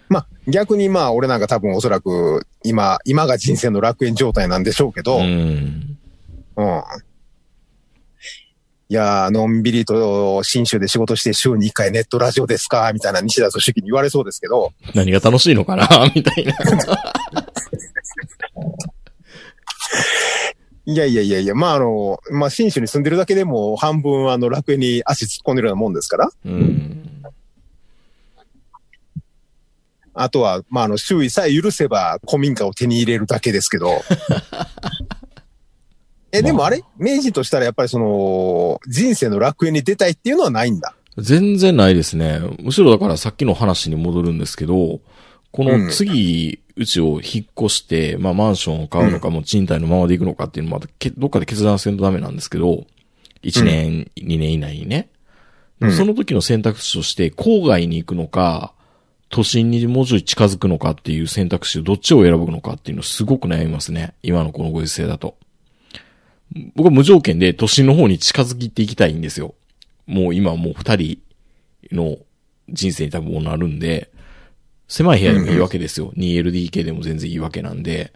C: まあ、逆にまあ、俺なんか多分おそらく今、今が人生の楽園状態なんでしょうけど、
B: ん。
C: うん。いやー、のんびりと新州で仕事して週に1回ネットラジオですかみたいな西田敏行に言われそうですけど、
B: 何が楽しいのかなみたいな。
C: いやいやいやいや、まああの、まあ新州に住んでるだけでも半分あの楽園に足突っ込んでるようなもんですから、
B: うん。
C: あとは、まああの、周囲さえ許せば古民家を手に入れるだけですけ ど。え、でもあれ明治としたらやっぱりその、人生の楽園に出たいっていうのはないんだ。
B: 全然ないですね。むしろだからさっきの話に戻るんですけど、この次、うちを引っ越して、まあマンションを買うのか、もう賃貸のままで行くのかっていうのもまたけ、どっかで決断せんとダメなんですけど、1年、2年以内にね。でも
C: うん
B: その時の選択肢として、郊外に行くのか、都心にもうちょい近づくのかっていう選択肢をどっちを選ぶのかっていうのすごく悩みますね。今のこのご時世だと。僕は無条件で都心の方に近づいていきたいんですよ。もう今もう二人の人生に多分もうなるんで、狭い部屋でもいいわけですよ。2LDK でも全然いいわけなんで。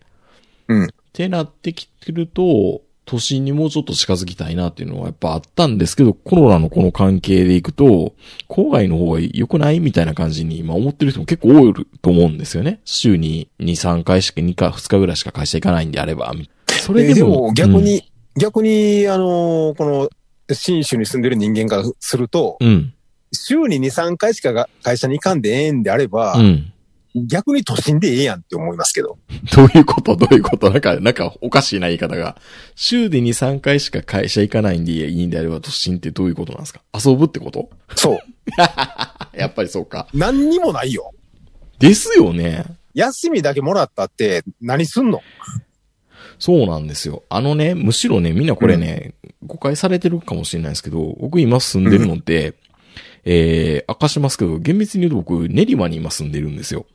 C: うん
B: ってなってきてると、都心にもうちょっと近づきたいなっていうのはやっぱあったんですけど、コロナのこの関係でいくと、郊外の方が良くないみたいな感じに今思ってる人も結構多いと思うんですよね。週に2、3回しか、2か2日ぐらいしか会社行かないんであれば。みそ
C: え
B: れ
C: で
B: で
C: も
B: も。
C: 逆に、逆に、あのーこの、新州に住んでる人間からすると、
B: うん。うん。
C: 週に2、3回しかが会社に行かんでええんであれば、
B: うん。
C: 逆に都心でええやんって思いますけど。
B: どういうことどういうことなん か、なんかおかしいな言い方が。週で2、3回しか会社行かないんでいいんであれば、都心ってどういうことなんですか遊ぶってこと
C: そう。
B: あやっぱりそうか。
C: 何にもないよ。
B: ですよね。
C: 休みだけもらったって何すんの
B: そうなんですよ。あのね、むしろね、みんなこれね、誤解されてるかもしれないですけど、僕今住んでるのって、えー、明かしますけど、厳密に言うと僕、練馬に今住んでるんですよ。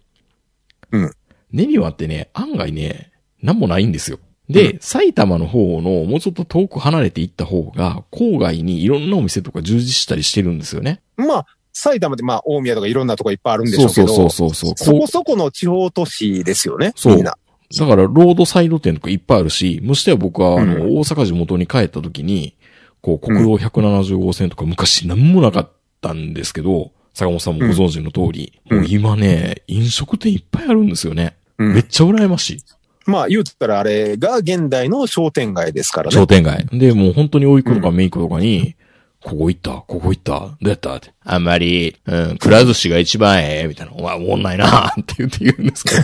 C: うん。
B: 練馬ってね、案外ね、なんもないんですよ。で、埼玉の方の、もうちょっと遠く離れていった方が、郊外にいろんなお店とか充実したりしてるんですよね。
C: まあ、埼玉でまあ、大宮とかいろんなとこいっぱいあるんでし
B: そ
C: ょ
B: う
C: うけ
B: そ
C: ど、
B: うそうそう
C: そ
B: そう。
C: こそこの地方都市ですよね。
B: そう
C: みんな。
B: だから、ロードサイド店とかいっぱいあるし、ましては僕は、あの、
C: う
B: 大阪地元に帰った時に、こう、国道170号線とか昔何もなかったんですけど、坂本さんもご存知の通り、
C: うん
B: もう今ね、飲食店いっぱいあるんですよね。
C: うん
B: めっちゃ羨ましい。
C: まあ、言うたらあれが現代の商店街ですからね
B: 商。店街。で、もう本当においっ子とかめいっ子とかに、ここ行ったここ行ったどうやったって。あんまり、うん、くら寿司が一番ええみたいな。お前、おもんないなって言って言うんですけ ど。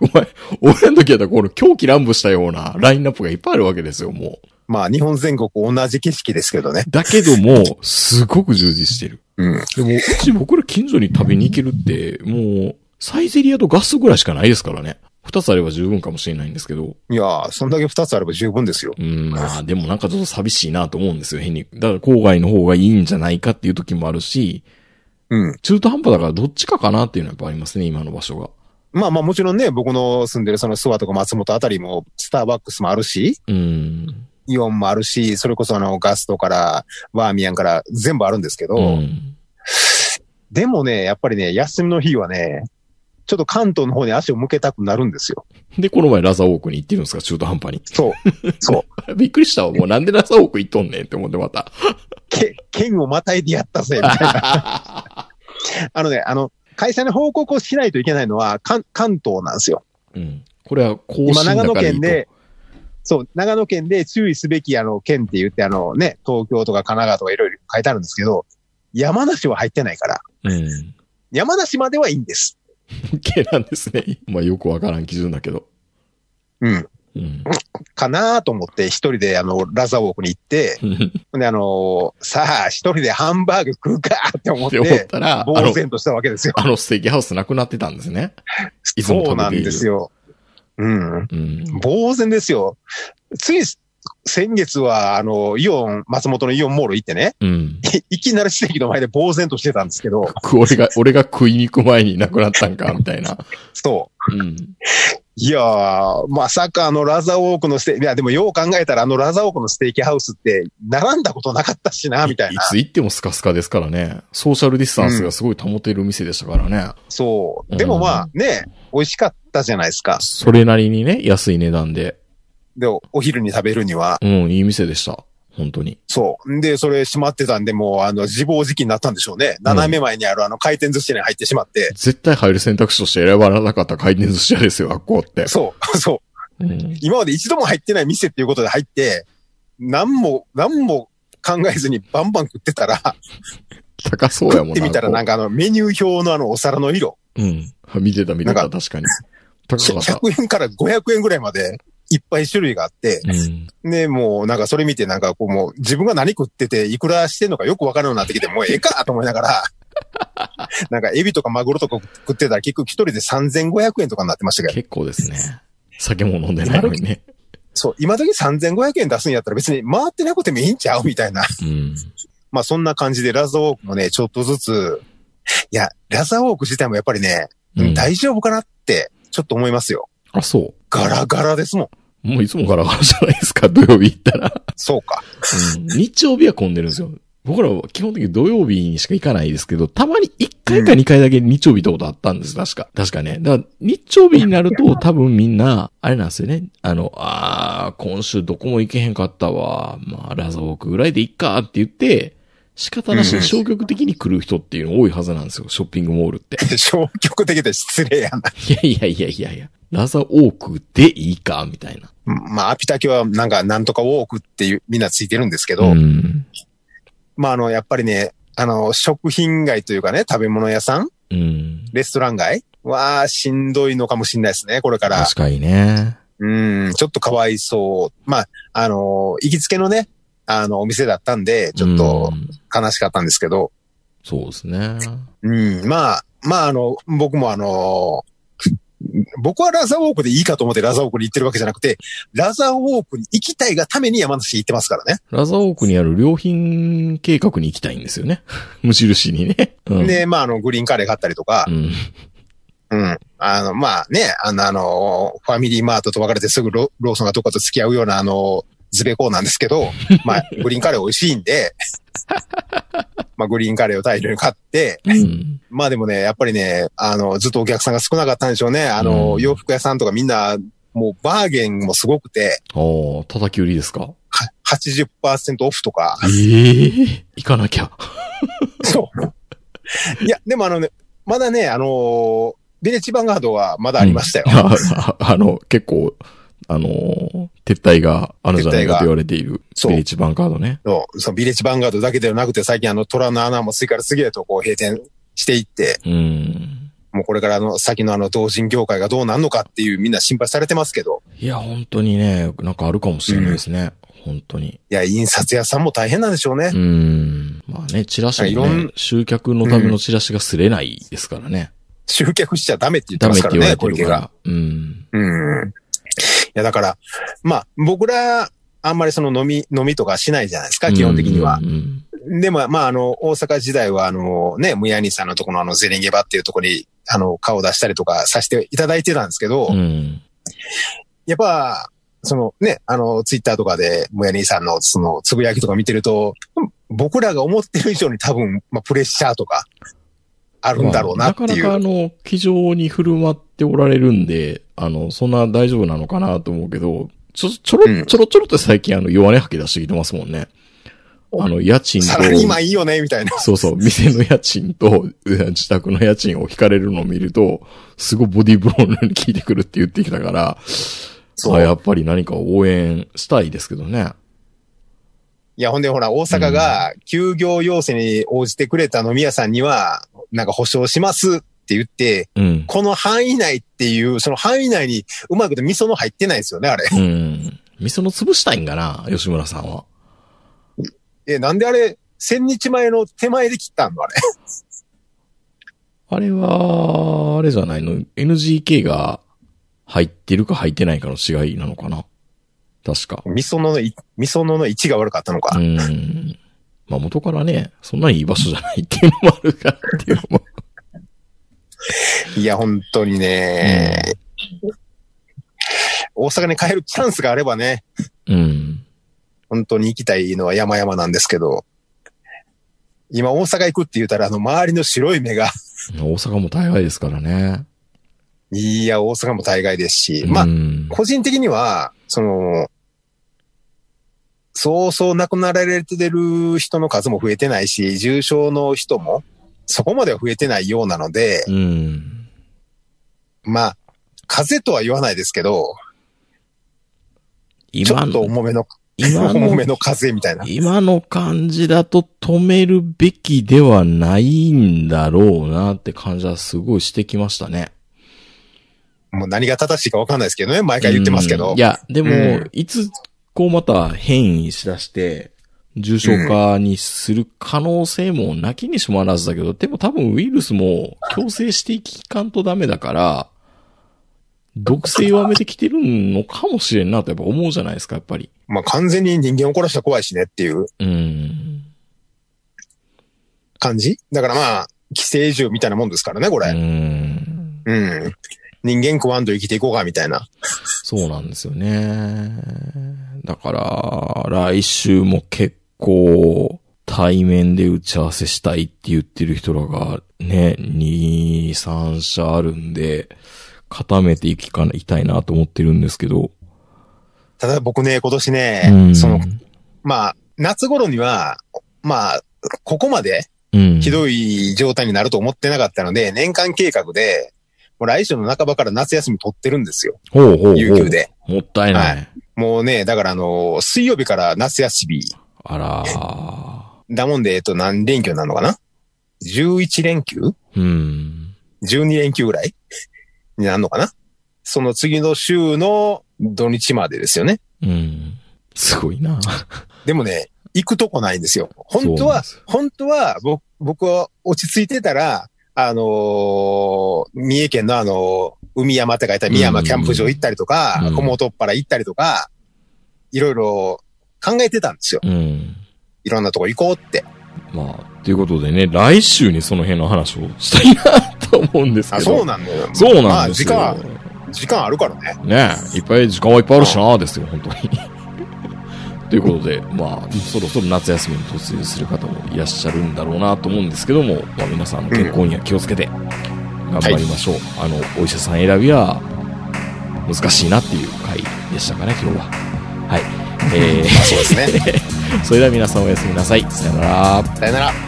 B: お前、俺の時やったら、この狂気乱舞したようなラインナップがいっぱいあるわけですよ、もう。
C: まあ、日本全国同じ景色ですけどね。
B: だけども、すごく充実してる。
C: うん。
B: でも、うち 僕ら近所に食べに行けるって、もう、サイゼリアとガスぐらいしかないですからね。二つあれば十分かもしれないんですけど。
C: いやー、そんだけ二つあれば十分ですよ。
B: うん、まあでもなんかちょっと寂しいなと思うんですよ、変に。だから郊外の方がいいんじゃないかっていう時もあるし、
C: うん。
B: 中途半端だからどっちかかなっていうのはやっぱありますね、今の場所が。
C: まあまあもちろんね、僕の住んでるその諏訪とか松本あたりも、スターバックスもあるし、
B: うん。
C: イオンもあるし、それこそあのガストから、バーミヤンから全部あるんですけど、
B: うん。
C: でもね、やっぱりね、休みの日はね、ちょっと関東の方に足を向けたくなるんですよ。
B: で、この前ラザーウォークに行ってるんですか、中途半端に。
C: そう。そう。
B: びっくりしたわ。もうなんでラザーウォーク行っとんねんって思ってまた。
C: け、剣をまたいでやったぜ、みたいな。あのね、あの、会社に報告をしないといけないのは、関、関東なんですよ。
B: うん。これは更
C: 今、
B: 新だ
C: 長野
B: からいい
C: 県
B: と。
C: で、そう、長野県で注意すべき、あの、県って言って、あのね、東京とか神奈川とかいろいろ書いてあるんですけど、山梨は入ってないから、
B: うん。
C: 山梨まではいいんです。
B: 系なんですね。まあよくわからん基準だけど。
C: うん。
B: うん。
C: かなと思って、一人で、あの、ラザーウォークに行って、で、あのさあ、一人でハンバーグ食うかって思っ、
B: って思ってたら、あ
C: 呆
B: の、
C: 然としたわけですよ。
B: あのステーキハウスなくなってたんですね。いつも
C: そうなん
B: 食べている
C: ですよ。うん。
B: うん。
C: 呆然ですよ。つい先月は、あの、イオン、松本のイオンモール行ってね、
B: うん。
C: いきなり指摘の前で呆然としてたんですけど、
B: 俺が、俺が食いに行く前になくなったんか、みたいな。
C: そう。
B: うん。
C: いやー、まさかあのラザーウォークのステーキ、いや、でもよう考えたらあのラザーウォークのステーキハウスって並んだことなかったしな、みたい
B: い
C: な。
B: つ行ってもスカスカですからね。ソーシャルディスタンスがすごい保てる店でしたからね。
C: そう。でもまあね、美味しかったじゃないですか。
B: それなりにね、安い値段で。
C: で、お昼に食べるには。
B: うん、いい店でした。本当に。
C: そう。で、それ閉まってたんで、もうあの自暴自棄になったんでしょうね。斜め前にあるあの回転寿司に入ってしまって。
B: 絶対入る選択肢として選ばれなかった回転寿司屋ですよ、あっこって。
C: そう、 そう。
B: うん。
C: 今まで一度も入ってない店っていうことで入って、何も、何も考えずにバンバン食ってたら、
B: 高そうや
C: 食っ
B: もん
C: てみたらなん
B: か。
C: かあのメニュー表のあのお皿の色、
B: うん。見てた見て
C: な
B: た、
C: ん
B: 確かに。高かった。
C: 100円から500円ぐらいまでいっぱい種類があって、
B: うん。
C: ね、もうなんかそれ見てなんかこうもう自分が何食ってていくらしてんのかよくわからんようになってきて、もうええかと思いなが ら、なんかエビとかマグロとか食ってたら結局一人で3500円とかになってましたけど、
B: 結構ですね。酒も飲んでないのにね。
C: そう、今時3500円出すんやったら別に回ってなくてもいいんちゃうみたいな。
B: うん。
C: まあそんな感じでラザーウォークもね、ちょっとずつ、いや、ラザーウォーク自体もやっぱりね、
B: うん、
C: 大丈夫かなって、ちょっと思いますよ。
B: あ、そ
C: ガラガラですもん。
B: う。もういつもガラガラじゃないですか、土曜日行ったら。
C: そうか。
B: うん日曜日は混んでるんですよ。僕らは基本的に土曜日にしか行かないですけど、たまに1回か2回だけ日曜日ってことあったんです、確か。確かね。だから日曜日になる と多分みんな、あれなんですよね。あの、あー、今週どこも行けへんかったわ。まあ、ラザーウォークぐらいでいっかって言って、仕方なし
C: う
B: に
C: ん
B: 消極的に来る人っていうの多いはずなんですよ、ショッピングモールって。
C: 消極的で失礼やな。
B: いやいやいやいやいや。ラザーウォークでいいか、みたいな。
C: うんまあ、アピタキはなんか、なんとかウォークっていう、みんなついてるんですけど、
B: ん。
C: まあ、あの、やっぱりね、あの、食品街というかね、食べ物屋さん
B: うん。
C: レストラン街は、しんどいのかもしれないですね、これから。
B: 確かにね。
C: うん、ちょっとかわいそう。まあ、あの、行きつけのね、あの、お店だったんで、ちょっと
B: うん。
C: 悲しかったんですけど、
B: そうですね。
C: うん、まあ、まあ、あの、僕もあの、僕はラザーウォークでいいかと思ってラザーウォークに行ってるわけじゃなくて、ラザーウォークに行きたいがために山梨行ってますからね。
B: ラザーウォークにある良品計画に行きたいんですよね。 無印にね。うん、
C: で、まあ、あの、グリーンカレー買ったりとか
B: う、ん。
C: うん。あの、まあね、あの、あの、ファミリーマートと別れてすぐロローソンがどっかと付き合うような、あの、ズベコーなんですけど、まあ、グリーンカレー美味しいんで、まあ、グリーンカレーを大量に買って、
B: うん。
C: まあでもね、やっぱりね、あの、ずっとお客さんが少なかったんでしょうね。あの、
B: うん
C: 洋服屋さんとかみんな、もうバーゲンもすごくて、
B: おー、叩き売りですか
C: は80%オフとか。
B: ええ行かなきゃ。
C: そう。 いや、でもあのね、まだね、あの、ビレッジヴァンガードはまだありましたよ。
B: ああ あの、結構、あのー、撤退があるんじゃないかと言われている、
C: そう
B: ビレッジバンカードね。
C: そうそのビレッジヴァンガードだけではなくて、最近あの、虎の穴も次から次へとこう閉店していって、
B: うん。
C: もうこれからあの、先のあの、同人業界がどうなんのかっていうみんな心配されてますけど、
B: いや、本当にね、なんかあるかもしれないですね。本当に。
C: いや、印刷屋さんも大変なんでしょうね。
B: うん。まあね、チラシ
C: い
B: も
C: ろ
B: ね
C: ん、
B: 集客のためのチラシがすれないですからね。
C: 集客しちゃダメって言って
B: ダ
C: ま
B: メ
C: す
B: って
C: から
B: 言われ
C: ね、
B: て
C: 小
B: る
C: 池
B: か
C: が。
B: ら。うん。
C: うん。いや、だから、まあ、僕ら、あんまりその飲み、飲みとかしないじゃないですか、基本的には
B: う。ん
C: でも、まあ、あの、大阪時代は、あの、ね、ムヤニさんのとこのあの、ゼリンゲバっていうところに、あの、顔を出したりとかさせていただいてたんですけど、
B: うん。
C: やっぱ、そのね、あの、ツイッターとかで、ムヤニさんのその、つぶやきとか見てると、僕らが思ってる以上に多分、まあ、プレッシャーとか、あるんだろうなって
B: まあ
C: い
B: な
C: う。
B: かなかあの、気丈に振る舞っておられるんで、あの、そんな大丈夫なのかなと思うけど、ちょ、ちょ
C: う
B: ろ、
C: ん
B: ちょろちょろって最近あの、弱音吐き出してきてますもんね。あの、家賃
C: サラリー
B: と
C: マ、ンいいよね、みたいな。
B: そうそう、店の家賃と、うん自宅の家賃を引かれるのを見ると、すごいボディーブローのように効いてくるって言ってきたから、
C: そう
B: まあやっぱり何か応援したいですけどね。
C: いや、ほんでほら、大阪が休業要請に応じてくれた飲み屋さんには、なんか保証しますって言って、
B: うん。
C: この範囲内っていう、その範囲内にうまいこと味噌の入ってないですよね、あれ。
B: うん。味噌の潰したいんかな、吉村さんは。
C: え、なんであれ、千日前の手前で切ったのあれ。
B: あれは、あれじゃないの ?NGK が入ってるか入ってないかの違いなのかな確か。
C: 味噌の、味噌のの位置が悪かったのか。
B: うん。まあ元からね、そんなにいい場所じゃないっていうのもあるからっていうのも。
C: いや、本当にね、大阪に帰るチャンスがあればね、
B: うん。
C: 本当に行きたいのは山々なんですけど、今大阪行くって言ったら、あの、周りの白い目が、
B: 大阪も大概ですからね。
C: いや、大阪も大概ですし、まあ
B: う、ん。
C: 個人的には、その、そうそう亡くなられてる人の数も増えてないし、重症の人もそこまでは増えてないようなので、
B: うん。
C: まあ、風邪とは言わないですけど、ちょ
B: 今
C: っと
B: の、
C: 重めの、
B: 今
C: 重
B: の
C: めの風邪みたいな。
B: 今の感じだと止めるべきではないんだろうなって感じはすごいしてきましたね。
C: もう何が正しいかわかんないですけどね、毎回言ってますけど。
B: うんいや、でも、
C: うん
B: いつ、こうまた変異しだして、重症化にする可能性もなきにしもあらずだけど、でも多分ウイルスも強制していかんとダメだから、毒性を上めてきてるのかもしれんなとやっぱ思うじゃないですか、やっぱり。
C: まあ完全に人間を殺したら怖いしねっていう
B: うん。
C: 感じだからまあ、寄生獣みたいなもんですからね、こ
B: う
C: れ。
B: ん。
C: うん。人間食わんと生きていこうか、みたいな。
B: そうなんですよね。だから、来週も結構、対面で打ち合わせしたいって言ってる人らが、ね、2、3社あるんで、固めていきかな、いたいなと思ってるんですけど。
C: ただ僕ね、今年
B: う
C: ね、
B: ん
C: その、、まあ、夏頃には、まあ、ここまで
B: うん。
C: ひ
B: い。
C: どい状態になると思ってなかったので、年間計画で、もう来週の半ばから夏休み取ってるんですよ。
B: ほうほうほう。
C: 有給で。
B: もったいない。
C: はもうね、だからあの、水曜日から夏休み
B: あらー。
C: だもんで、えっと、何連休になるのかな ?11 連休
B: うん。
C: ?12 連休ぐらいになるのかなその次の週の土日までですよね。
B: うん。すごいな。
C: でもね、行くとこないんですよ。本当
B: そうなん
C: は
B: ですよ、
C: 本当は、僕、僕は落ち着いてたら、あのー三重県のあのー海山って書いた三山キャンプ場行ったりとか
B: う、ん
C: 小本っ腹行ったりとか、いろいろ考えてたんですよ。
B: うん。
C: いろんなとこ行こうって。
B: まあ、ということでね、来週にその辺の話をしたいなと思うんですけ
C: あ、
B: ど。
C: そうなんだよ。
B: そう
C: ま
B: な
C: あ
B: んです
C: 時
B: よ。
C: 間、時間あるからね。
B: ねえいっぱい時間はいっぱいあるしなですよ、本当に。 ということで、まあ、そろそろ夏休みに突入する方もいらっしゃるんだろうなと思うんですけども、まあ、皆さん、健康には気をつけて、頑張りましょう。あの、お医者さん選びは、難しいなっていう回でしたかね、今日は。はい。え
C: まあそうですね。
B: ー、それでは皆さんおやすみなさい。さよなら。
C: さよなら。